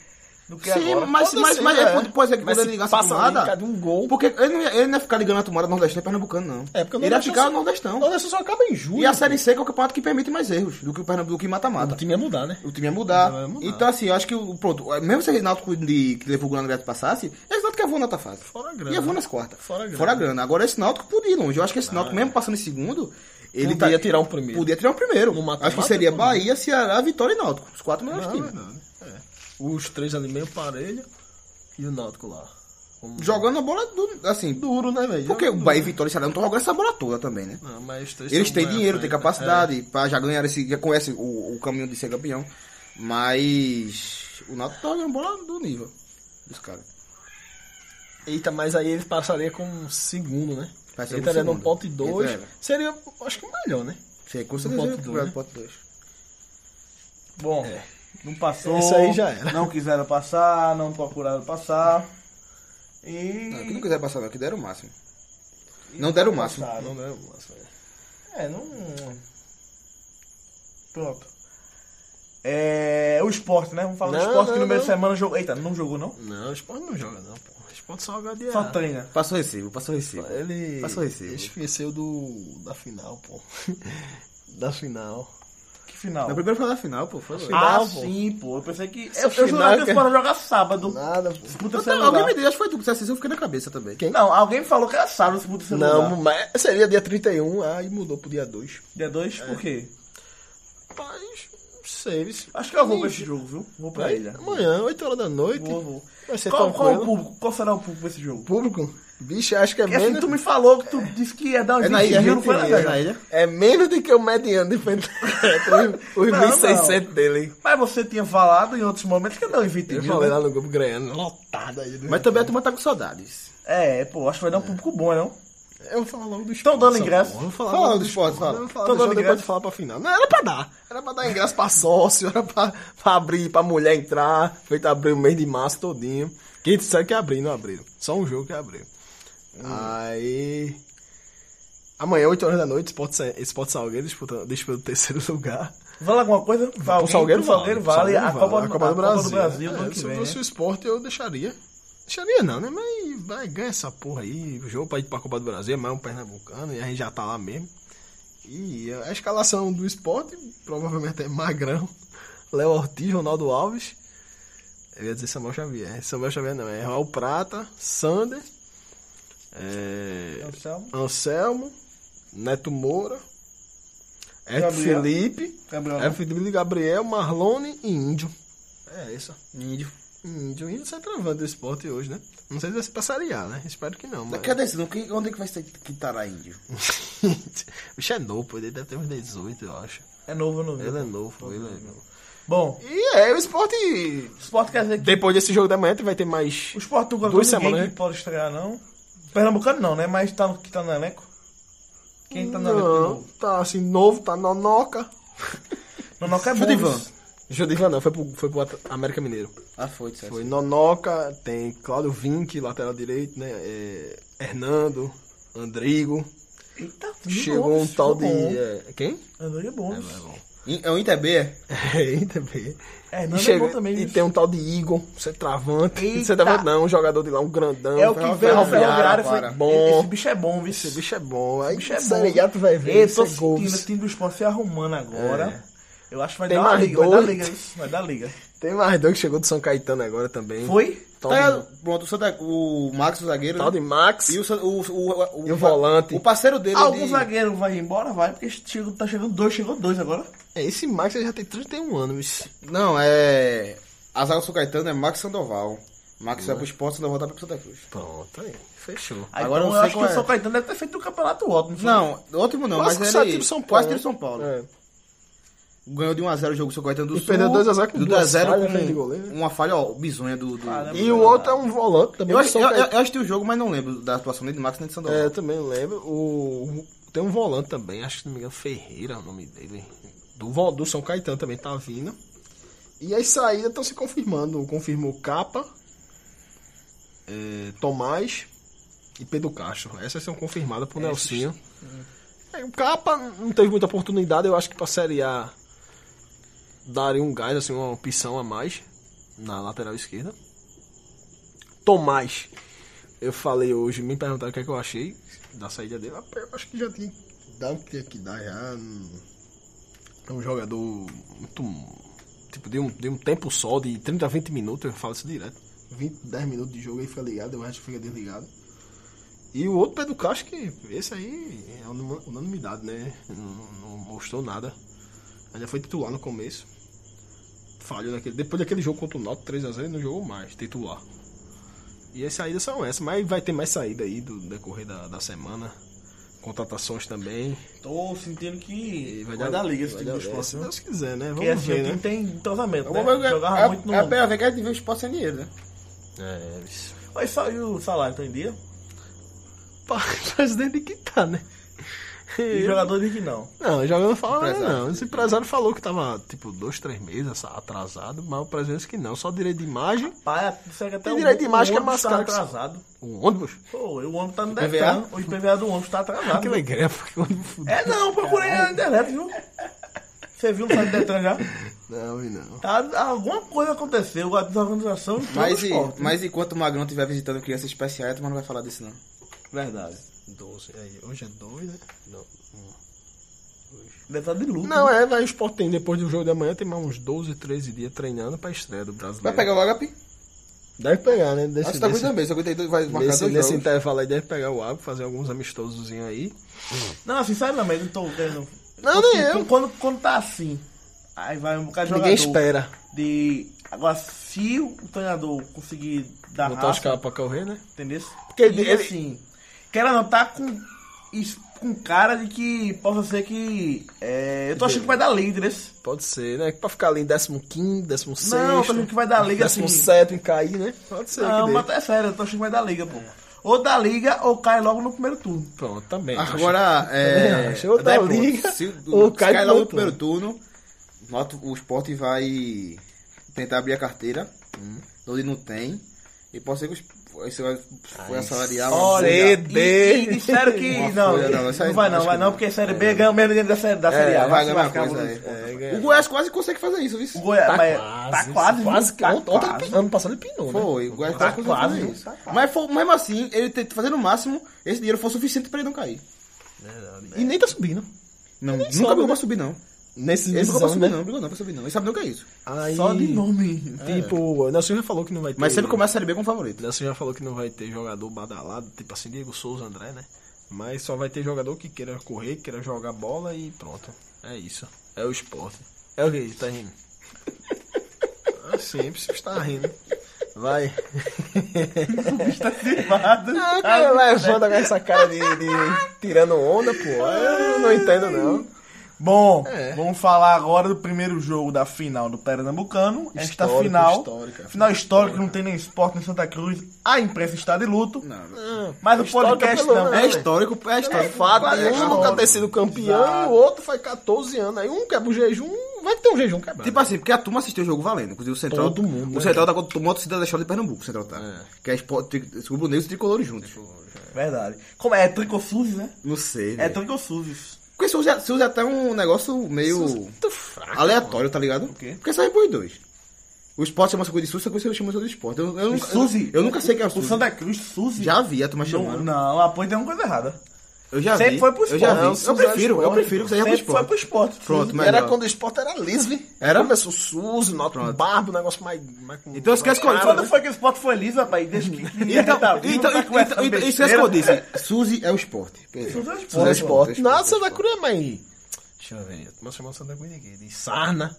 Do que Sim, agora. mas, Pode mas, ser, mas é. é, quando- pois é que Mas quando se ele ligasse a passa ali, tomada... cada um gol. Porque ele não, ia, ele não ia ficar ligando a tomada nordestina e pernambucano, não. É, porque o ele ia Nordeste ficar só- no nordestão. O Nordeste só acaba em julho. E a pô. Série C que é o campeonato que permite mais erros do que o Pernambuco que mata-mata. O time ia mudar, né? O time ia mudar. Não, ia mudar. Então, assim, eu acho que, o- pronto, mesmo se o Náutico de, que levou o Grana Grande passasse, esse Náutico é ia voar na outra fase. Fora a grana. né? Ia voar nas quartas. Fora a grana. Ah, é. Agora, esse Náutico podia ir longe. Eu acho que esse Náutico, mesmo passando em segundo, ele Podia tá- tirar um primeiro. Podia tirar um primeiro. No mata-mata, acho que seria podia. Bahia, Ceará, Vitória e Náutico. Os quatro melhores Não, times. não, é. Os três ali meio parelho e o Náutico lá. Um- Jogando a bola, do, assim... duro, né, velho? Porque o Joga Bahia, Vitória e Ceará não estão jogando essa bola toda também, né? duro. Não, mas os três Eles são têm mais à dinheiro, têm frente, capacidade é. pra já ganhar esse. Já conhece o, o caminho de ser campeão. Mas. O Náutico tá jogando bola do nível dos caras. é. Eita, mas aí ele passaria com segundo, né? Vai ser Ele com estaria no segundo. ponto e dois. Entra ela. Seria, acho que melhor, né? Você com certeza certeza é dois, né? ponto dois. Bom, É. não passou. Isso aí já era. Não quiseram passar, não procuraram passar. E. Não, que não quiser passar, não, que deram o máximo. Não deram o máximo. passaram. Ah, Não, não, nossa, velho. É, não. Pronto. É. O esporte, né? Vamos falar do Não, esporte que não, no meio de não. semana jogou. Eita, não jogou não? Não, o Sport não joga, não, pô. O Sport só joga de Só ar. treina. Passou recibo, passou recibo. Ele Passou recibo. esqueceu do da final, pô. da final. Que final? Na primeira foi da final, pô. Foi Sim. ah, Ah, final, pô. sim, pô. Eu pensei que. Essa Eu, eu final jurava que o que- Sport ia jogar sábado. Nada, pô. Disputa sem Alguém lugar. me deu, acho que foi tu que disse assim, eu fiquei na cabeça também. Quem? Não, alguém me falou que era sábado disputa sem lugar. Não, mas seria dia 31, aí mudou pro dia 2. Dia 2, É. por quê? Rapaz, saves. Acho que eu vou pra esse jogo, viu? Vou pra Vai, ilha. amanhã, 8 horas da noite. Vou, vou. Vai ser Qual, qual o tá tranquilo. público? Qual será o público desse jogo? público? Bicho, acho que é Porque assim, menos. tu me falou que tu disse que ia dar uns É na 20 ilha, mil, não foi na é ilha. na ilha. É menos do que o mediano de frente. É, os os Não, 1.600 dele. Mas você tinha falado em outros momentos que ia dar uns 20 Eu mil. falei né? lá no grupo Graiano, lotado aí. Mas também a turma tá com saudades. É, pô, acho que vai dar um público bom, não? eu vou falar logo do Tão esporte. dando essa ingresso? porra. Eu Vou falar Fala logo do esporte, fala. Eu vou falar Tão do dando esporte depois ingresso? de falar pra final. Não, era pra dar. Era pra dar ingresso pra sócio, era pra, pra abrir, pra mulher entrar. Feito abrir o mês de março todinho. Quem disser que abriu, não abriram. Só um jogo que abriu. Hum. Aí. Amanhã, 8 horas da noite, Sport, Sa- Sport Salgueiro disputa, disputa o terceiro lugar. Vale alguma coisa? Alguém O Salgueiro, pro Salgueiro vale, a, Copa, do- a Copa do Brasil É, do ano que se vem. fosse né? o esporte, eu deixaria. Deixaria não, né? Mas vai, ganha essa porra aí. O jogo pra ir pra Copa do Brasil é mais um pernambucano e a gente já tá lá mesmo. E a escalação do esporte provavelmente é Magrão, Léo Ortiz, Ronaldo Alves. Eu ia dizer Samuel Xavier. Samuel Xavier não, é Raul Prata, Sander, é, Anselmo, Anselmo, Neto Moura, Edson Gabriel. Felipe. Gabriel. É Felipe Gabriel, Marlone e Índio. É isso. Índio. Índio. Índio sai travando do esporte hoje, né? Não sei se vai se passaria, né? Espero que não. Mas... Daqui a decisão, quem- onde é que vai ser que estará índio? o bicho é novo, pô, ele deve ter uns 18, eu acho. É novo, eu não vi. Ele é novo, ele é novo. Bom, E é, o esporte. o Sport quer dizer que Depois desse jogo da manhã, tu vai ter mais. o Sport não Duas ninguém semanas, que né? pode estrear, não. Pernambucano não, né? Mas tá no, que tá no elenco. Quem tá no elenco de Não, novo? tá assim, novo, tá nonoca. Nonoca é bom. Judivan. viu? Judivan não, foi pro, foi pro At- América Mineiro. Ah, foi, disse Foi Nonoca, tem Cláudio Vinck, lateral direito, né? É, Hernando, Andrigo. Eita, Chegou um tal de. é, quem? André é bom. assim. É o Inter B, é? É, também. É, E, Hernando é chega, bom também. e viu? tem um tal de Igor, centroavante. Eita! Centroavante não, um jogador de lá, um grandão. É o que veio no ferroviário. ferroviário, Foi... para. Esse Bom. bicho é bom, viu? Esse bicho é bom. Aí, bicho é bom. Série A tu vai ver. é Eu tô esse sentindo gol. o time do esporte se arrumando agora. Eu acho que vai É. Tem dar uma mais liga. Vai dar dois. liga isso. Vai dar liga. Tem mais dois que chegou do São Caetano agora também. Foi? Tal, Tá, de, pronto, o, Santa, o Max, o zagueiro. tal de Max. E o, San- o, o, Ah, E o volante. O parceiro dele. é Algum de- zagueiro vai embora? Vai, porque chegou, tá chegando dois, chegou dois agora. É, esse Max ele já tem 31 anos. Não, é. A zaga do São Caetano é Max Sandoval. Max vai pro esporte, Sandoval tá pro Santa Cruz. Pronto, aí. Fechou. Aí, Agora então, eu não eu sei acho que qual o é. São Caetano deve ter feito um campeonato ótimo. Não, ótimo não, Quase mas que sai ele... time São Paulo. né? Quase tiro São Paulo. É. Ganhou de 1x0 o jogo do São Caetano do E Sul. perdeu 2x0 com do duas 2x0 falhas, com né, de goleiro. uma falha, ó, bizonha do... do... Caramba. E o outro é um volante também. Eu, do acho, é- São eu, Caetano. eu assisti o jogo, mas não lembro da atuação nem do Max nem do Sandoval. É, eu também lembro. O, tem um volante também, acho que se não me engano, Ferreira é o nome dele. Do, vol- do São Caetano também tá vindo. E as saídas estão se confirmando. Confirmou Capa, é, Tomás e Pedro Castro. Essas são confirmadas por Nelsinho. É, o Capa não teve muita oportunidade, eu acho que pra Série A daria um gás, assim, uma opção a mais na lateral esquerda. Tomás. Eu falei hoje, me perguntaram o que, é que eu achei da saída dele. Ah, Eu acho que já tinha que dar o que tinha que dar já. É um jogador muito. Tipo, de um, de um tempo só, de 30 a 20 minutos, eu falo isso direto. 20, 10 minutos de jogo aí fica ligado, o resto fica desligado. E o outro Pedro Castro, que esse aí é unanima- unanimidade, né? Não, não mostrou nada. Ainda foi titular no começo. Falhou naquele. Depois daquele jogo contra o Náutico 3x0, ele não jogou mais, titular. E as saídas são essas, mas vai ter mais saída aí do decorrer da, da semana. Contratações também. Tô sentindo que E vai, dar liga esse time do vai dar- esporte. Se né? Deus quiser, né? Porque Vamos assim, o ver, time né? tem entrosamento, né? Vamos ver, Jogava é, muito no... é a primeira vez que a gente vê o esporte sem dinheiro, né? É, isso. Mas saiu o salário, tá em dia? Pá, presidente que tá, né? E o jogador diz que não. Não, já não fala nada, Empresário. não. Esse empresário falou que tava, tipo, dois, três meses atrasado, mas o presidente disse que não. Só direito de imagem, Pai, consegue é, até Tem direito de imagem que é ônibus mais caro que- tá atrasado. o um ônibus. Pô, o ônibus tá no IPVA? depósito. O IPVA do ônibus tá atrasado. Que alegria, é porque o ônibus fudeu. É não, procurei na internet, viu? Você viu no site do Detran já? Não, vi não. Tá, alguma coisa aconteceu, a desorganização em todo Mas, o e, esporte. né? mas enquanto o Magrão estiver visitando crianças especiais, tu não vai falar disso, não. Verdade. Doze. Aí, hoje é dois, né? Não. Deve estar de luto. Não, né? é, vai o Sport tem depois do jogo da manhã, tem mais uns 12, 13 dias treinando pra estreia do brasileiro. Vai pegar o HP? Deve pegar, né? Desse, Ah, você tá desse, cuidando bem, só cuida aí, tu vai marcar nesse, dois nesse jogos. intervalo aí deve pegar o água, fazer alguns amistosozinhos aí. Não, assim, sabe não, mas eu não tô vendo. Tô Não, nem sentindo eu. Quando, quando tá assim, aí vai um bocado de Ninguém jogador. espera De... Agora, se o treinador conseguir dar botar os raça, caras pra correr, né? entendeu? Porque ele- E, ele- assim, quero anotar tá com, is- com cara de que possa ser que... é, eu tô achando que vai dar lei, entendeu? Pode ser, né? Pra ficar ali em 15, 16. Não, tô achando que vai dar liga assim. 17 em cair, né? Pode ser. Não, um que dê. mas é sério, eu tô achando que vai dar liga, pô. Ou dá liga ou cai logo no primeiro turno. tá- Pronto, também. tô Agora, é. acho. Ou dá depois, liga, se ou o se cai cai logo pro no primeiro turno, nota- o Sport vai tentar abrir a carteira, onde não tem, e pode ser que o Sport- isso vai- foi assalariar Olha, mulher. E, e disseram que. Uma Não, folha, não, não, essa aí vai não, não, acho vai que não, não. porque a Série B ganha o mesmo dinheiro da Série, da série A. É, vai se ganhar uma lascar, coisa Bruno. aí. achando- É, ganha. O Goiás quase consegue fazer isso, viu? O Goiás, Tá mas quase, tá quase, quase viu? que ontem, ontem Tá ele- ano passado ele pinou, né? Foi, o Goiás Tá quase conseguiu quase, fazer viu? isso. Tá quase. Mas foi- mesmo assim, ele te- fazendo o máximo, esse dinheiro foi suficiente pra ele não cair. E nem tá subindo. Não, nunca sobe, brigou né? pra subir, não. Nesses Ele nunca pra visão, subir, né? não, brigou não pra subir, não. Ele sabe nem o que é isso. Aí, Só de nome. Tipo, o Nelson já falou que não vai ter. Mas sempre começa a Série B como favorito. Nelson Né, já falou que não vai ter jogador badalado, tipo assim, Diego Souza, André, né? Mas só vai ter jogador que queira correr, queira jogar bola e pronto. É isso. É o esporte. É o que tá rindo. Ah, sempre você está rindo. Vai. Ah, cara, levanta com essa cara de, de tirando onda, pô. Eu não entendo, não. Bom, É. vamos falar agora do primeiro jogo da final do Pernambucano. Esta Histórico, final. histórica. Final histórica, não tem nem esporte em Santa Cruz. A imprensa está de luto. Não, não. Mas o podcast não, É né? histórico, é histórico. fato, Quase- um nunca ter sido campeão, Exato. o outro faz 14 anos. Aí um quebra o jejum, vai ter um jejum quebrado. Tipo assim, porque a turma assistiu o jogo valendo. Inclusive o Central. Todo mundo, O né? Central tá contra o Moto Cidade da História de Pernambuco, o Central tá. É. Que é esporte, tri- rubro negro e tricolor juntos. Verdade. Como é? É Tricosuzes, né? Não sei. É velho. Tricosuzes. Porque se usa, se usa até um negócio meio muito fraco. aleatório, tá ligado? Por quê? Porque só repõe dois. O esporte chama-se coisa de Suzy, a coisa chama coisa de esporte. Eu, eu, O nunca- Suzy. eu nunca sei quem é o O Suzy. Santa Cruz, Suzy. Já vi é. a turma Não, chamando. não, apoio tem alguma coisa errada. Eu já Sempre vi. foi pro Eu já esporte. vi. Não, eu Suzy era prefiro, eu esporte. prefiro que seja é pro Sempre foi esporte. pro esporte. Pronto, Era melhor. quando o esporte era Lisve. Era? Começou Suzy, Nota Barba, um negócio mais. mais com- Então esquece que eu- Cara, Quando Quando foi que o esporte foi liso, rapaz? Desde que. Então, Tá, então, então, então, isso é isso que eu disse. Suzy é o esporte. Suzy é o Suzy é esporte. esporte. Não, Santa esporte. Cruz é mais. Deixa eu ver. Mas chamando Santa Cruz de quê? De Sarna.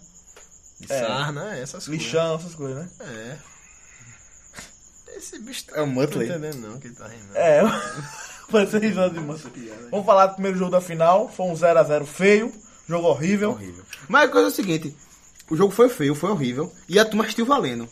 De É. Sarna, essas coisas. Lixão, essas coisas, né? É. Esse bicho tá. É o Muttley. Não tô entendendo, não, que ele tá rindo. não. É, vai ser risada demais. Vamos falar do primeiro jogo da final. Foi um 0x0 feio. Jogo horrível. Horrível. Mas a coisa é o seguinte: o jogo foi feio, foi horrível. E a turma assistiu valendo.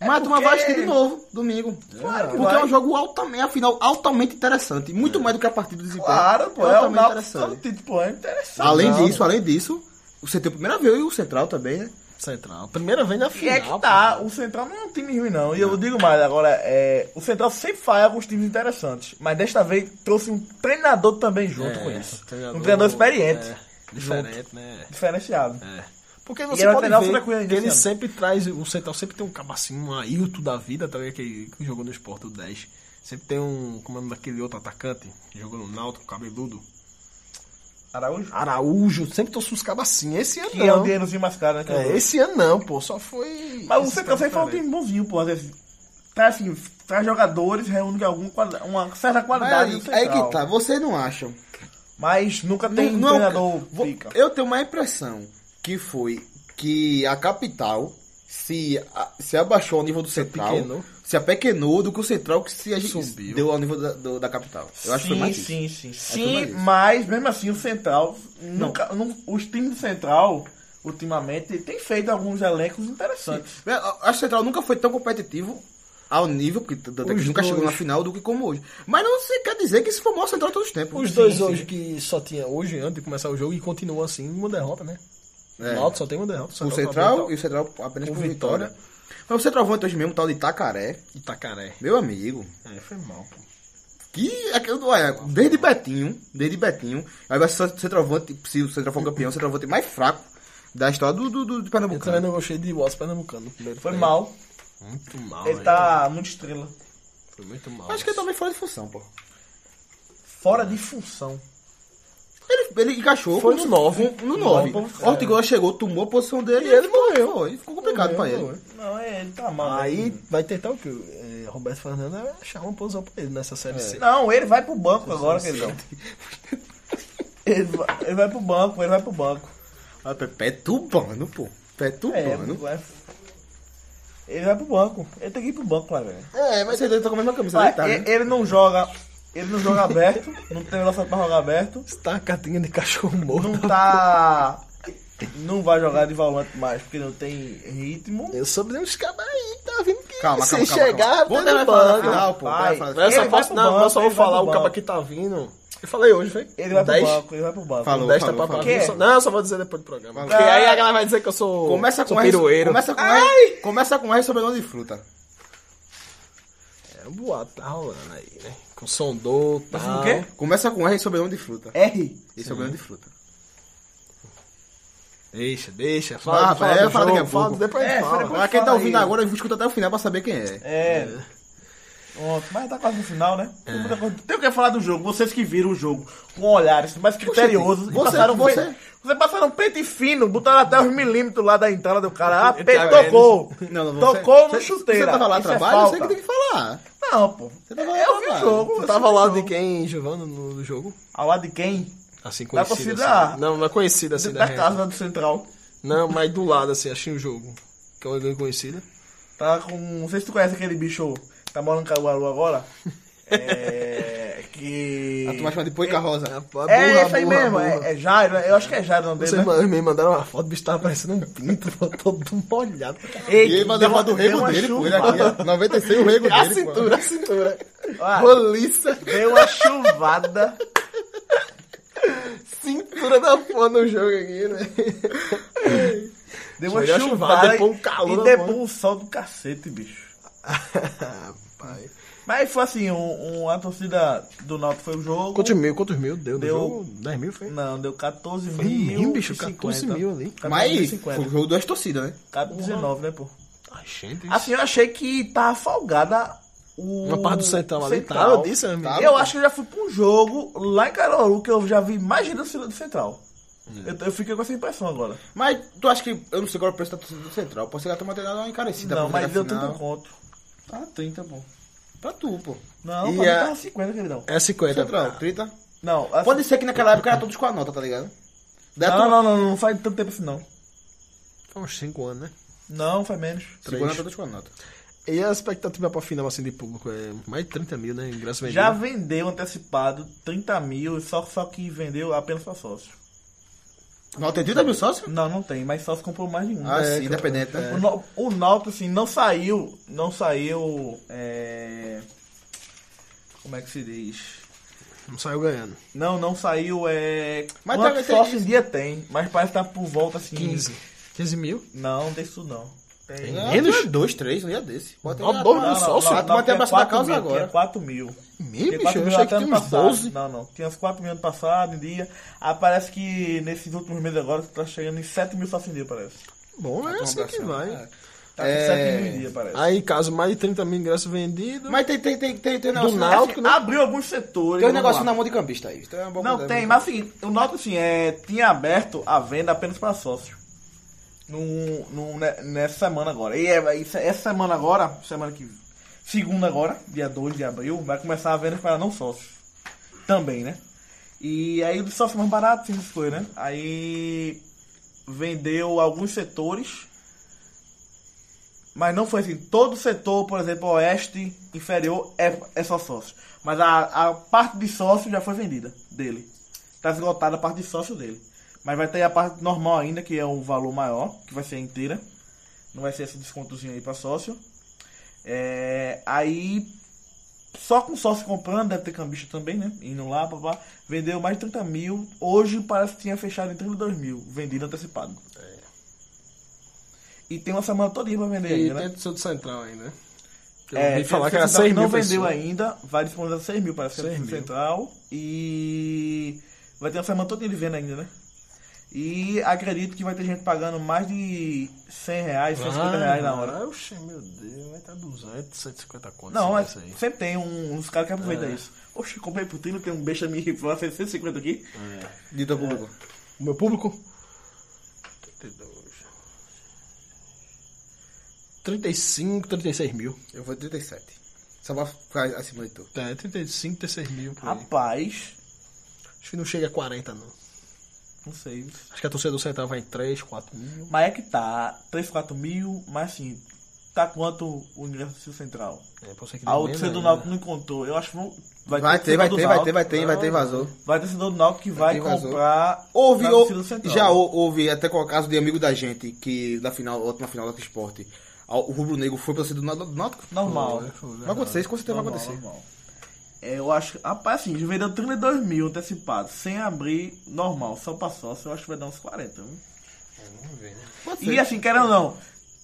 Mas a turma É porque- vai assistir de novo, domingo. Claro que porque vai. É. é um jogo altamente, afinal, altamente interessante. Muito mais do que a partida do desempenho. Claro, pô, é o altamente Náutico interessante. todo título, pô, é interessante. Além Não. disso, além disso, o CT a primeira vez e o Central também, né? Central. Primeira vez na E final. é que tá, o Central não é um time ruim, não. E eu digo mais agora, é, o Central sempre faz alguns times interessantes. Mas desta vez trouxe um treinador também junto É, com isso. treinador- um treinador experiente. É, diferente, né? Diferenciado. É. Porque E você era pode lateral ver frequente que esse ele ano. sempre traz, o Central sempre tem um cabacinho, um Ailton da vida, tá ligado? Que, que jogou no Sport, o 10. Sempre tem um, como é o nome daquele outro atacante, que jogou no Náutico, cabeludo. Araújo. Araújo, sempre trouxe uns cabacinhos. Esse ano Que é um Ah, não. dinheirozinho mais caro, né? que eu É, dou. esse ano não, pô, só foi... Mas o esse Central sempre tempo foi um também. time bonzinho, pô. Às vezes traz, assim, traz jogadores, reúne algum, quali- uma certa qualidade. Mas no aí Central. que tá, vocês não acham. Mas nunca tem Não- é não- um treinador vo- pica. Eu tenho uma impressão que foi que a capital se, a- se abaixou ao nível do Central, apequenou. se apequenou do que o Central que se a gente Subiu. deu ao nível da, do- da capital. Eu acho que foi sim, mais isso. sim, sim, foi sim. mais isso. mas mesmo assim o Central nunca, não, os times do Central ultimamente tem feito alguns elencos interessantes. É, Eu Acho que o Central nunca foi tão competitivo ao nível, porque tanto é que Os nunca chegou na dois. final do que como hoje. Mas não se quer dizer que se formou o Central todos os tempos. Os Sim, dois sim. hoje que só tinha hoje, antes de começar o jogo, e continua assim, uma derrota, né? É. O Náutico só tem uma derrota. só O derrota Central pra e o Central apenas Com por vitória. vitória. Mas o Centralvante hoje mesmo, o tal de Itacaré, então. Itacaré. meu amigo, É, foi mal, pô. Que é que eu- olha, desde Betinho, desde Betinho, aí vai ser o centroavante, tipo, se o centroavante for campeão, o centroavante mais fraco da história do, do, do, do Eu também Pernambucano. não gostei de Boss Pernambucano. Primeiro Foi tempo. mal. Muito mal. Ele né? tá muito estrela. Foi muito mal. assim. Acho que ele também fora de função, pô. Fora de função. Ele, ele encaixou Foi com- no nove. com- no 9. nove, pô. Ortigola chegou, tomou a posição dele e ele morreu. Foi, ficou complicado pra ele. Não, é, ele tá mal. Aí mesmo. vai tentar o que? É, Roberto Fernando vai achar uma posição pra ele nessa série C. Não, ele vai pro banco agora, queridão. Ele vai, ele vai pro banco, ele vai pro banco. Ah, pé- Pé tubano, pô. Pé É, tubano. vai- ele vai pro banco. Ele tem que ir pro banco lá, velho. É, mas ele tá com a mesma camisa Ah, dele, tá, né? e- ele não joga. Ele não joga aberto, não tem relação pra jogar aberto. Está a catinha de cachorro morto. Não tá. Não vai jogar de volante mais, porque não tem ritmo. Eu soube de uns cabas aí, tá vindo que Calma, se calma, calma, chegar, calma. Vou tá dar no pra falar na banco. final, pô. Vai. Vai falar- Eu só Ele vai posso, pro não, banco, eu só vou ele vai falar pro o caba banco. que tá vindo. Eu falei hoje, foi? Ele vai pro 10? banco, ele vai pro banco. Falou. O 10 tá falou, pra falou. vir, só- Não, eu só vou dizer depois do programa. Falou. Porque aí a galera vai dizer que eu sou. Começa com sou R, pirueiro. começa com R, começa com R sobrenome de fruta. É um boato, tá rolando aí, né? Com sondou, tal. Assim, o quê? Começa com R sobrenome de fruta. R. E sobrenome de é fruta. Deixa, deixa. Ah, Fala, fala, é, do fala daqui a jogo, fala, pouco. depois É, fala. fala depois. Ah, quem tá Fala ouvindo aí. agora, eu escuta até o final pra saber quem é. É. É. Pronto, mas tá quase no final, né? Tem muita coisa- Tem o que falar do jogo, vocês que viram o jogo com olhares mais criteriosos. e você- passaram você- pe- Vocês passaram pente fino, botaram até os milímetros lá da entrada do cara. Ah, pe... Tá vendo? tocou. Não, não, você- tocou no você- chuteira. Você tava lá Isso é trabalho, você falta. que tem que falar. Não, pô. tava eu lá vi o trabalho. jogo. Tu eu tava vi o lá jogo. de quem, Giovanna, no, no jogo? Ao lado de quem? Assim, Da conhecida. torcida assim. Não, não é conhecida assim da, da reta. casa do Central. Não, mas do lado, assim, achei o jogo. Que é uma grande conhecida. Tá com. Não sei se tu conhece aquele bicho que tá morando em Caruaru agora. É. Que. A turma chama de Poica Rosa. É esse aí mesmo, é, é Jairo, eu acho que é Jairo o nome dele. Vocês Né? ma- me mandaram uma foto, o bicho tava parecendo um pinto, pô, todo molhado. Ei, E ele mandou deu uma- falar do deu rego uma dele, pô. chuva. é Ele é aqui, ó, 96, o rego A dele, pô. cintura, a cintura. Olha. Roliça, Deu uma chuvada. cintura da porra no jogo aqui, né? Deu uma Deu chuvada. uma chuvada, depois um calor E da depois porra. um sol do cacete, bicho. Rapaz. Mas foi assim, um, um- a torcida do Náutico foi o jogo. Quantos mil, quantos mil deu? Deu- Deu 10 mil, foi? Não, deu 14 Foi um mil. mil, bicho, e 50. 14 mil ali. Tá 14 mil e um Mas foi 50. o jogo das torcidas, né? Cabe 19, né, pô? Ai, gente. Assim, eu achei que tava folgada o. Uma parte do Central ali. Central. Tava disso, né, amigo? Eu acho que eu já fui pra um jogo lá em Caruaru que eu já vi mais gente da torcida do Central. Hum. Eu, eu fiquei com essa impressão agora. Mas tu acha que, eu não sei qual é o preço da torcida do Central, pode ser que a turma tenha dado uma encarecida. não, pra mas jogar deu 30 final. conto. Ah, Tá, 30, pô. Pra tu, pô. Não, E pra mim a- tava 50, queridão. É 50. Central, Tá 30. Não, assim, Pode ser que naquela época era todos com a nota, tá ligado? Da não, não, não, não faz tanto tempo assim, não. Foi uns 5 anos, né? Não, faz menos. Segunda todos com a nota. E a expectativa pra final, assim, de público é mais de 30 mil, né? Ingresso vendido. Já vendeu antecipado 30 mil, só, só que vendeu apenas pra sócio. Não tem 30 mil sócios? Não, não tem, mas só se comprou mais nenhum. Ah, É, sim, independente, né? O, Nau- o Náutico, assim, não saiu. Não saiu. é, Como é que se diz? Não saiu ganhando. Não, não saiu. É... Mas Quanto tá- tem- sócio em dia tem, mas parece que tá por volta assim. 15. 15 mil? Não, não tem isso não. Tem. Tem? Ah, Menos? tinha Dois, três, um dia desse. Bota Ó, dobro Não, do não, tá sócio? lá- Ah, tu lá vai ter tinha abraço da 4 causa mil, agora. Tinha 4 mil. Mil, Tinha 4 bicho? Eu mil achei até que ano tinha uns passado. 12. Não, não. Tinha uns 4 mil ano passado, em dia. Ah, parece que nesses últimos meses agora tá chegando em 7 mil sócios em dia, parece. Bom, é assim que vai. Tá com É. 7 mil em dia, parece. Aí, caso mais de 30 mil ingressos vendidos. Mas tem, tem, tem, tem, tem um Do negócio Náutico, né? Assim, Abriu alguns setores. Tem um vamos negócio lá. na mão de campista aí. Então é uma boa Não, conta, tem, né? mas assim, o Náutico assim, é, tinha aberto a venda apenas para sócio. Num, num- ne- nessa semana agora. E é- isso- essa semana agora, semana que. Segunda agora, dia 2 de abril, vai começar a venda para não sócios. Também, né? E aí o sócio mais barato, assim, essas coisas, né? Aí vendeu alguns setores. Mas não foi assim. Todo setor, por exemplo, oeste, inferior, é, é só sócio. Mas a, a parte de sócio já foi vendida dele. Tá esgotada a parte de sócio dele. Mas vai ter a parte normal ainda, que é o valor maior, que vai ser inteira. Não vai ser esse descontozinho aí pra sócio. É, aí, só com sócio comprando, deve ter cambista também, né? Indo lá, papá. Vendeu mais de 30 mil. Hoje parece que tinha fechado em 32 mil. Vendido antecipado. E tem uma semana todinha pra vender É. E ainda, né? tem do Central ainda, né? Que Eu É, ouvi falar que era Central 6 mil não vendeu pessoas. ainda, vai disponibilizar 6 mil para a 6 Central mil. Central e vai ter uma semana toda de venda ainda, né? E acredito que vai ter gente pagando mais de 100 reais, 150 reais na hora. Ah, oxe, meu Deus, tá vai estar 200, 150 conto. Não, é mas sempre tem um- uns caras que aproveitam isso. Oxe, comprei por 30, tem um besta me rifou 150 aqui. De É. teu público. O meu público? 32. 35, 36 mil. Eu vou de 37. Só pra ficar acima de tu. É, 35, 36 mil. Ah, Por aí. Rapaz, Acho que não chega a 40, não. não sei. Acho que a torcida do Central vai em 3, 4 mil. Mas é que tá, 3, 4 mil, mas assim, tá quanto o ingresso central? É, pode ser que A dê outra menos do ainda. Náutico não encontrou. Eu acho que vão- Vai torcedor ter, vai ter, do vai ter, Náutico. vai ter, vai ter, vazou. Vai ter torcedor do Náutico que vai ter, vazou. comprar. Houve, pra ou- torcida do Central. já hou- houve até com o caso de amigo da gente, que da final, última final do esporte, o Rubro Negro foi pra ser do Náutico. Normal. Vai acontecer, isso com certeza vai Normal, acontecer. normal. É, eu acho. Rapaz, assim, já vendeu 32 mil antecipados. Sem abrir, normal. Só pra sócio, eu acho que vai dar uns 40. Viu? Pode E assim, querendo ou não,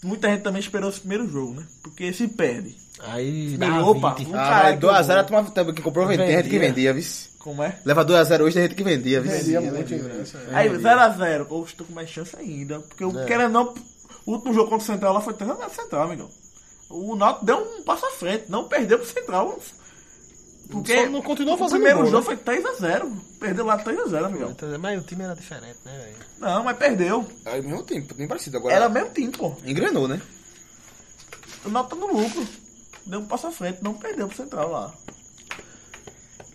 muita gente também esperou esse primeiro jogo, né? Porque se perde. Aí, Primeiro, dá opa, 20. um Ah, cara mas que 2x0 a eu- turma também que comprou vendia, tem gente que vendia, vice. Como é? Leva 2x0 hoje, tem gente que vendia, vice. Então, né? Aí, 0x0. Ou estou com mais chance ainda. Porque o querendo ou não, o último jogo contra o Central lá foi 3x0 Central, amigão. O Náutico deu um passo à frente, não perdeu pro Central. Porque Só não continuou o fazendo primeiro gol, né? jogo foi 3x0. Perdeu lá 3x0, amigão. Então, Mas o time era diferente, né, velho? Não, mas perdeu. Aí, mesmo tempo, nem parecido agora. Era o mesmo time, pô. Engrenou, né? O Náutico tá no lucro. Deu um passo à frente, não perdeu pro Central lá.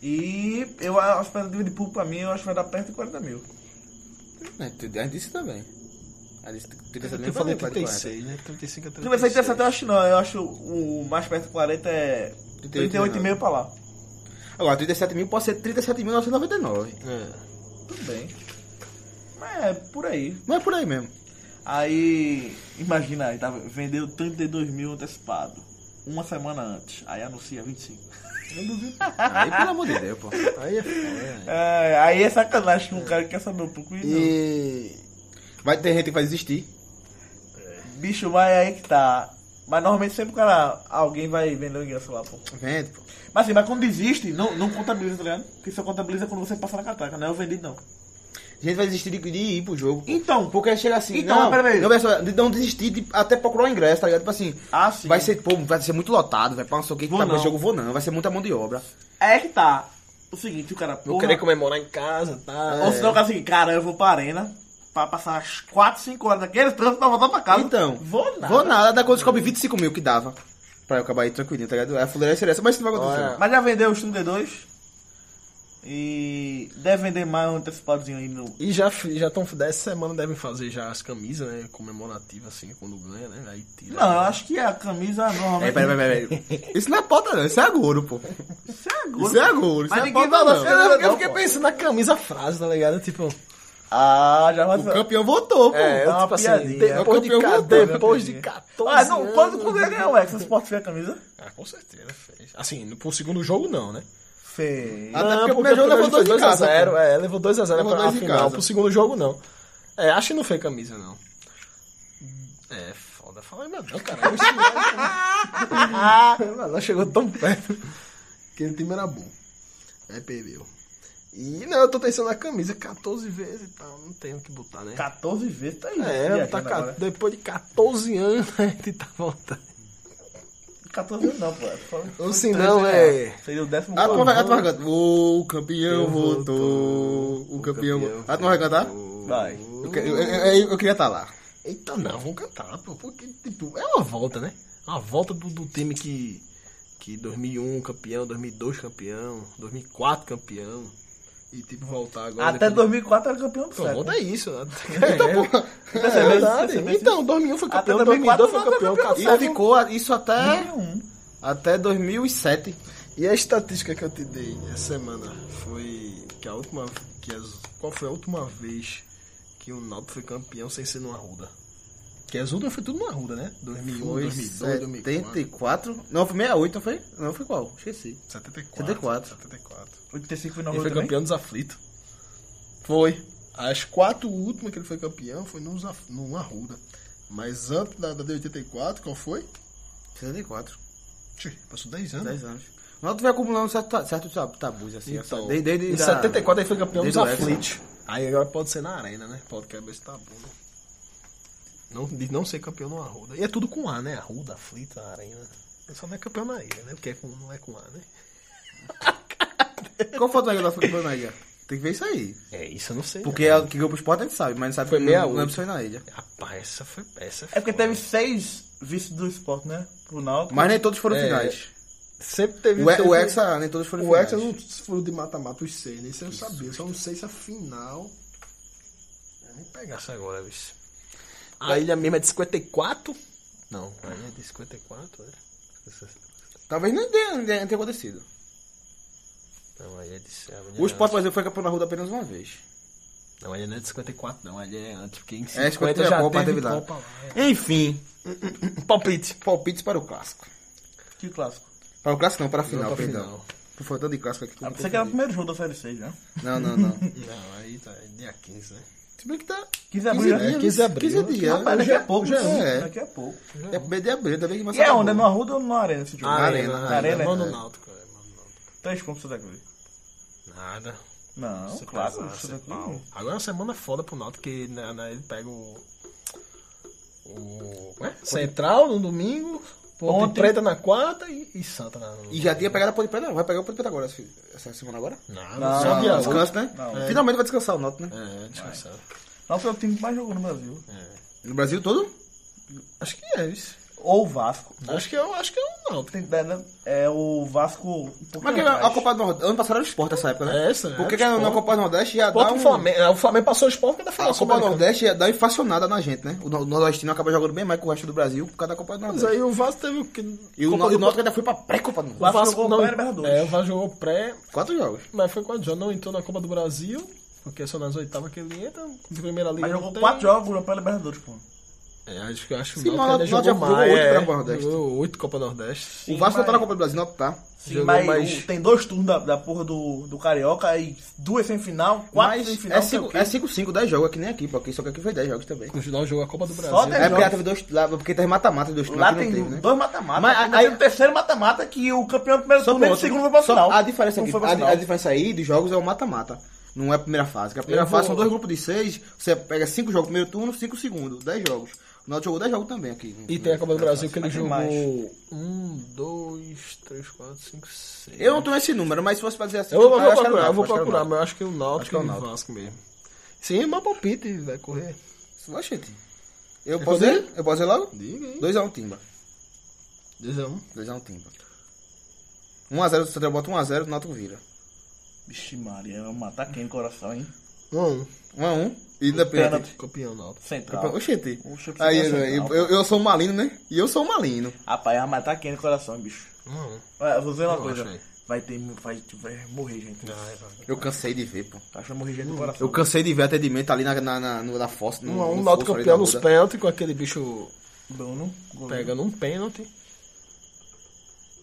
E eu, a expectativa de público pra mim, eu acho que vai dar perto de 40 mil. É, tu- A gente disse também. A gente disse 37 Eu falei 36, né? 35 a 36. Se vai ser interessante, eu acho que não. Eu acho o mais perto de 40 é 38,5. 38,5 pra lá. Agora, 37 mil pode ser 37.999. É. Tudo bem. Mas é por aí. Não é por aí mesmo. Aí, imagina aí, tá? vendeu 32 mil antecipado. Uma semana antes. Aí anuncia 25. Aí, pelo amor de Deus, pô. Aí é foda, velho. É, aí é sacanagem com um cara que quer saber um pouco. E... não. E. Vai ter gente que vai desistir. Bicho, mas aí que tá. Mas normalmente sempre o cara, alguém vai vender o ingresso lá, pô. Vende, Tá pô. Mas assim, mas quando desiste, não, não contabiliza, tá ligado? Porque só contabiliza quando você passa na cataca, não é o vendido, não. Gente vai desistir de, de ir pro jogo. Então, pô. Porque chega assim. Então, não, mas peraí. Não, vai só- de não desistir de até procurar o ingresso, tá ligado? Tipo assim. Ah, sim. Vai ser, pô, vai ser muito lotado, vai passar o que Vou tá pro não. jogo, vou não. Vai ser muita mão de obra. É que tá. O seguinte, o cara. Vou porra, querer comemorar em casa, tá? Ou senão o cara assim, cara, eu vou pra arena pra passar as 4, 5 horas daquele trânsito pra voltar pra casa. Então, vou nada. Vou nada, da quando descobre 25 mil que dava. Pra eu acabar aí tranquilinho, tá ligado? É a fuleira seria essa, mas isso não vai acontecer. Olha. não. Mas já vendeu os 32 e deve vender mais um antecipadozinho aí no. E já estão, dessa semana devem fazer já as camisas, né? Comemorativas, assim, quando ganha, né? Aí tira. Não, eu acho que a camisa é normalmente. Peraí, peraí, peraí, peraí. Isso não é pauta, não. Isso é agouro, pô. Isso é agulha. Isso é agouro. Isso Mas não é ninguém tá vai pauta, não. fazer. Eu, eu Não, fiquei pô. pensando na camisa frase, tá ligado? Tipo, Ah, já vai O campeão votou, pô. É, eu- o uma piadinha. campeão depois, de, ca- votou, né, depois de piadinha? 14 Ah, não, anos. quando, quando ele ganhou o Hexa, pode fez a camisa? Ah, com certeza fez. Assim, no- pro segundo jogo não, né? Fez. Até Não, porque porque o primeiro jogo ele levou foi 2 a 0 2x0. É, levou 2x0 Levou pra a dois em final. casa. Pro segundo jogo, não. É, acho que não foi camisa, não. É, foda. Fala ainda não, cara. Eu Ah. Ah, estive lá, Não chegou tão perto. Aquele time era bom. Aí perdeu. E, não, eu tô pensando na camisa 14 vezes e tal. Não tem o que botar, né? 14 vezes, tá aí. É, tá viajando ca- agora. depois de 14 anos a gente tá voltando. 14 vezes não, pô. é só- Ou só se três, não, né? é- Seria o décimo A turma quarto. Ah, vai, a turma vai cantar. O campeão Eu votou. O campeão votou. A turma vai cantar? Vai. Eu, que- eu- eu- eu queria estar lá. Eita, não, vamos cantar, pô. Porque, tipo, é uma volta, né? Uma volta do, do time que. Que 2001 campeão, 2002 campeão, 2004 campeão. E, tipo, voltar agora. Até depois- 2004 era campeão do Pô, século. volta é isso. Então, pô. É Percebeu? verdade. Percebeu isso? Então, 2001 foi campeão, Até 2002 foi 2004 foi campeão, campeão do E 14. ficou a- isso até, Um. até 2007. E a estatística que eu te dei essa semana foi que a última. Que as, qual foi a última vez que o Náutico foi campeão sem ser numa ruda? Que as últimas foi tudo numa ruda, né? 2001, Foi 2002, 2004. 74. Não, foi 68, não foi? Não, foi qual? Esqueci. 74. 74. 85 foi Ele 90 foi também? campeão dos aflitos. Foi. As quatro últimas que ele foi campeão foi nos af- no Arruda. Mas antes da, da de 84, qual foi? 74. Tchê, passou 10 anos. 10 anos. O Náutico vem acumulando certos certo tab- tabus, assim. Então, desde, desde em da- 74 ele foi campeão dos desde o Hexa. aflitos. Aí agora pode ser na arena, né? Pode quebrar esse tabu. né? Não, de não ser campeão no Arruda. E é tudo com A, né? Arruda, aflito, arena. Só não é campeão na ilha, né? Porque é com- não é com A, né? Qual foi o Náutico que foi na ilha? Tem que ver isso aí. É, isso eu não sei. Porque é o que ganhou pro esporte a gente sabe, mas não sabe Foi não- 68. Não é foi na ilha. não. Rapaz, essa foi peça. É porque teve seis vice do esporte, né? Pro Náutico. Mas nem todos foram É. finais. Sempre teve. O, E- o sempre- Hexa, nem todos foram O finais. Hexa não foram de mata-mata os seis, né? Isso eu sabia. Só não sei se a final. Vamos pegar essa agora, bicho. A ilha mesmo é de 54? Não, a ilha é de 54, né? Talvez nem tenha, nem tenha acontecido. Não, a ilha é de. a ilha O Sport Brasil foi campeão na Ruda apenas uma vez. Não, a ilha não é de 54, não. A ilha é antes, porque em É, 50 50 já a Copa teve teve lá. Copa lá. é. Enfim, Um Palpite. palpites para o clássico. Que clássico. Para o clássico não, para a final, pra perdão. final. Tô faltando de clássico aqui. Ah, pensei que era o primeiro jogo da Série 6, né? Não, não, não. Não, aí tá é dia 15, né? Se bem que tá... 15 de abril, né? dias, 15 de abril. 15 dias. Rapaz, daqui a pouco, é, já né? é. Daqui a pouco. É primeiro de abril, ainda bem que vai E é sair onde? É agora. no Arruda ou no Arena esse jogo? Ah, Arena, Arena, Arena, Arena, Mano é. Náutico, é, mano Náutico. Três pontos pro Santa Cruz. Nada. Não, Você claro. pesa, o você Santa Cruz- pau. Agora a semana é foda pro Náutico, que né, né, ele pega o. O. como é? Central no domingo, Ponte Ontem- Preta na quarta e, e Santa na. no- E já tinha pegado a Ponte Preta, não. Vai pegar a Ponte Preta agora, essa- essa semana agora? Nada, Ah, Não, só não, dia não, oito. Descanso, né? um. Não. Finalmente vai descansar o Nauta, né? É, descansado. Náutico é o time que mais jogou no Brasil. No Brasil todo? Acho que é isso. Ou o Vasco. Acho que, é, o- acho que é o Náutico. Tem- né, né? É o Vasco. um pouquinho Mas que atrás. a Copa do Nordeste... Ano passado era o Sport essa época, né? É, essa, era Porque o que na Sport. Copa do Nordeste já dá Bota um... o Flamengo. é, O Flamengo passou os pontos da A final. Copa do Nordeste ia dar uma inflacionada na gente, né? O no- o Nordestino acaba jogando bem mais que o resto do Brasil por causa da Copa do Mas Nordeste. aí o Vasco teve o que. e o, Copa no, do- o Náutico ainda foi pra pré-Copa do o Nordeste. Vasco Vasco jogou não. pré-Libertadores. É, o Vasco jogou pré. Quatro jogos. Mas foi quatro jogos, não entrou na Copa do Brasil, porque é só nas oitavas que ele entra, de primeira liga. Mas não jogou tem. quatro jogos pra Libertadores, pô. É, acho que acho que Sim, o mas Náutico ainda o Náutico jogou já jogou mais. oito é, Copa Nordeste. jogou Oito Copa Nordeste. o Vasco não tá na mas- Copa do Brasil, o Náutico tá. Sim, Jogou mas mais- o- tem dois turnos da, da porra do, do Carioca e duas semifinal, quatro Mas semifinal. é não sei o 5, quê. é 5, 5, 10 jogos aqui nem aqui, pô. Aqui, só que aqui foi 10 jogos também. No final jogou a Copa do Brasil. Só dez É porque jogos. lá teve dois. Lá, porque teve mata-mata dois times Lá aqui tem não teve, né? dois mata-mata. Mas Mas aí- aí o um terceiro mata-mata que o campeão do primeiro turno e o pronto. segundo foi pra Só final. A diferença Não aqui, foi pra a, final. a diferença aí dos jogos é o mata-mata. Não é a primeira fase. que A primeira Eu fase vou- são dois grupos de seis. Você pega cinco jogos no primeiro turno, cinco segundo, dez jogos. O Náutico jogou 10 jogos também aqui. né? E tem a Copa do Brasil que ele Mas tem jogou mais. um, dois, três, quatro, cinco, seis. Eu não tenho esse número, mas se fosse pra dizer assim... Eu vou, cara, acho que era o procurar, eu Náutico, vou acho que era o procurar, Náutico. mas eu acho que o Acho que Náutico é o e o Náutico. Vasco mesmo. Sim, mas palpite, vai correr. Só, gente. Eu Quer posso fazer? ir? Eu posso ir logo? Diga aí. 2x1 Timba. 2x1. 2x1 Timba. 1x0, o Central bota 1x0, o Náutico vira. Vixe, Maria, vai matar quem no coração, hein? 1x1. 1x1 e da pênalti. Pênalti. Campeão Náutico. Central. Oxente. Oxe, Aí, eu preciso eu, pensar, eu, eu sou um malino, né? E eu sou um malino. Rapaz, vai matar quem no coração, bicho. 1x1. Olha, eu vou dizer uma Eu coisa. acho, velho. Vai ter. mu- Vai, vai morrer, gente. Eu cansei de ver, pô. Acho que vai morrer gente do coração. Eu cansei de ver atendimento tá ali na, na, na, no- na fossa. No, Um a um, no Náutico fosso ali campeão da nos Ruda. pênaltis com aquele bicho Bruno, goleiro. pegando um pênalti.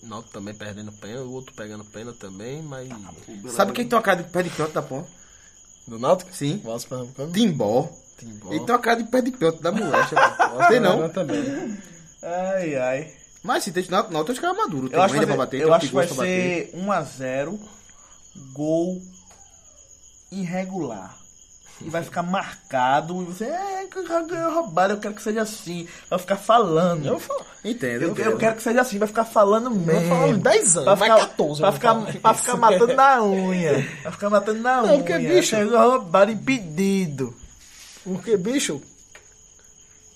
Náutico também perdendo pênalti, o outro pegando pênalti também, Ah, mas... Sabe quem tem uma cara de pé de canto da porra? Do Náutico? Sim. Vasco Pernambucano? Timbó. Timbó. Ele tem uma cara de pé de canto da molecha. pô. Tem não. Também. Ai, ai. Mas se tem na tem os caras maduros. um Tem Eu acho que ainda vai, ser- pra bater, tem eu acho que vai Ortigosa pra bater. ser 1x0, gol irregular. E vai ficar marcado. E você, é, que já ganhou roubado, eu quero que seja assim. Vai ficar falando. Eu, Entendo. eu, entendo. quero que seja assim, vai ficar falando mesmo. falar uns 10 anos, Vai mas ficar, 14 vai eu não ficar, falo vai isso. ficar matando na unha. Vai ficar matando na unha. é porque, bicho- Chegou roubado, impedido. Porque, bicho...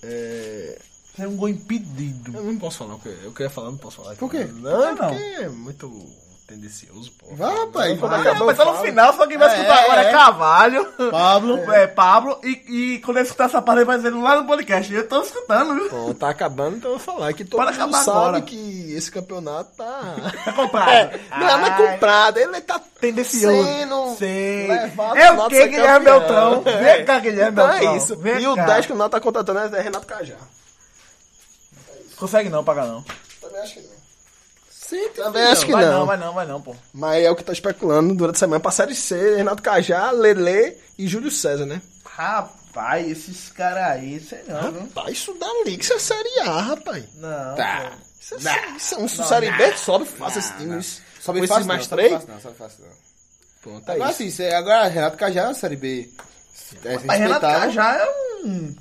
É... Isso é um gol impedido. Eu não posso falar o que é. eu queria falar, não posso falar. Por quê? Não, Por que não? porque é muito tendencioso, pô. Vai, rapaz. Quando vai. Ah, acabar mas o tá no Fábio. final, só quem vai escutar É, agora é, é. Carvalho. Pablo. É, Pablo. E, e quando ele escutar essa parte, ele vai dizer lá no podcast. Eu tô escutando, viu? Pô, tá acabando, então eu vou falar que todo Bora mundo acabar sabe agora. que esse campeonato tá... Tá comprado. É, não, não é Ai, comprado, ele tá Tendencioso. sendo Sei. levado É pro o Náutico que, ser Guilherme campeão. Beltrão? Vem cá, Guilherme Então Beltrão. é isso. Vem e o cá. 10 que o Náutico tá contratando é Renato Cajá. Consegue não pagar, não. Também acho que não. Sente, Também filhão. acho que vai não. vai não, vai não, pô. Mas é o que tá especulando durante a semana pra Série C, Renato Cajá, Lele e Júlio César, né? Rapaz, esses caras aí, sei não, Hum? viu? Rapaz, isso dá liga, isso é Série A, rapaz. Não. Tá. Isso é, isso é um Série B, sobe fácil esse time. isso. Sobe Com esses fácil, mais não, sobe três? fácil tá Não, sobe fácil não. Pronto, é Agora isso. sim, cê- agora Renato Cajá na Série B. É, Mas Renato respeitável. Cajá é um...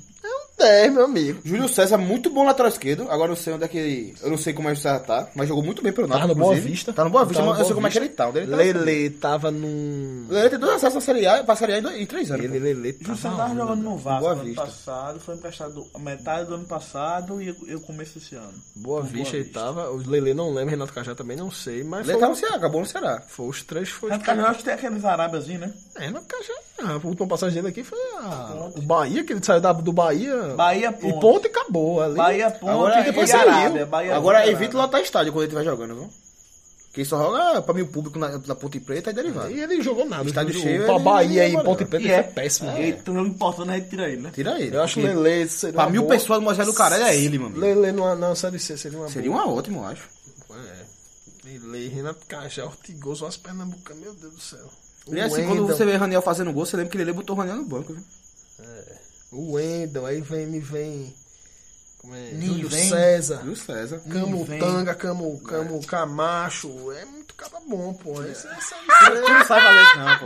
É, meu amigo. Júlio César, muito bom lateral esquerdo. Agora eu não sei onde é que ele. Eu não sei como é que o César tá, mas jogou muito bem pelo Náutico. no Boa inclusive. Vista. Tá no Boa Vista, Tá no mas Boa eu sei como é que Vista. ele tá. Onde ele tá. Lele tava num... Lele tem dois acessos na Série A, pra Série A em dois- em três anos. Ele, pô. Lele Júlio tava... César tava jogando no Vasco Boa ano Vista. passado, foi emprestado a metade do ano passado e eu, eu começo esse ano. Boa Vista, ele tava... O Lele não lembro, Renato Cajá também não sei, mas Lele foi... um- tá no Ceará, acabou no Ceará. Foi os três, foi os Renato Cajá, eu acho que tem aqueles arábiazinhos, né? É, não, porque já, a última passagem dele aqui foi a, o Bahia, que ele saiu da, do Bahia. Bahia, E Ponte. ponte acabou. Ali, Bahia, Ponte Agora, e depois é ele- Arábia. Arábia, Bahia, agora Ponte, evita lotar estádio quando ele estiver jogando, viu? Quem só joga pra mim o público na, na Ponte Preta é derivado. E ele jogou nada. Estádio jogou cheio, Pra ele- Bahia ele- e Ponte Preta E ele é. foi péssimo. né? Então, o importante é a gente tirar ele, né? Tira ele. Eu acho é que porque Lele seria. Pra uma mil boa. pessoas no Mojé do Caralho é ele, mano. Lele não, não Série C seria uma Seria uma ótima, eu acho. boa. É. Lele, Renato Cajá, Ortigoso, as é Pernambucanas, meu Deus do céu. O E assim, Wendel, quando você vê Raniel fazendo gol, você lembra que ele botou o Raniel no banco, viu? O Wendel, aí vem, me vem. Como é? Júlio vem. César. E o César. Camo vem. Tanga, Camo, Camo Camacho. É muito cara bom, pô. Esse é Série Tu não sabe fazer isso, não,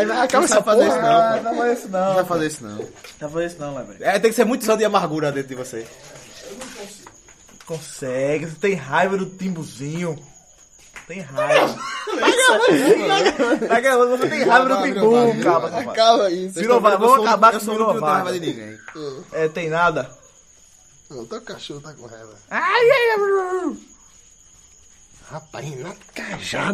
pô. Já acaba essa essa porra. porra. Ah, não vai isso não. Não vai fazer isso, não. Não vai isso não, lá, velho. É, tem que ser muito santo de amargura dentro de você. Consegue, você tem raiva do Timbuzinho. Tem raiva. Tá gravando, você tem raiva do Timbu, cara. Acaba isso. Virou vaga, vamos acabar Eu com sou o virou único que não tem raiva vaga. de ninguém. É, tem nada. Não, teu cachorro tá com raiva. Ai, ai, ai. Rapaz, Renato Cajá,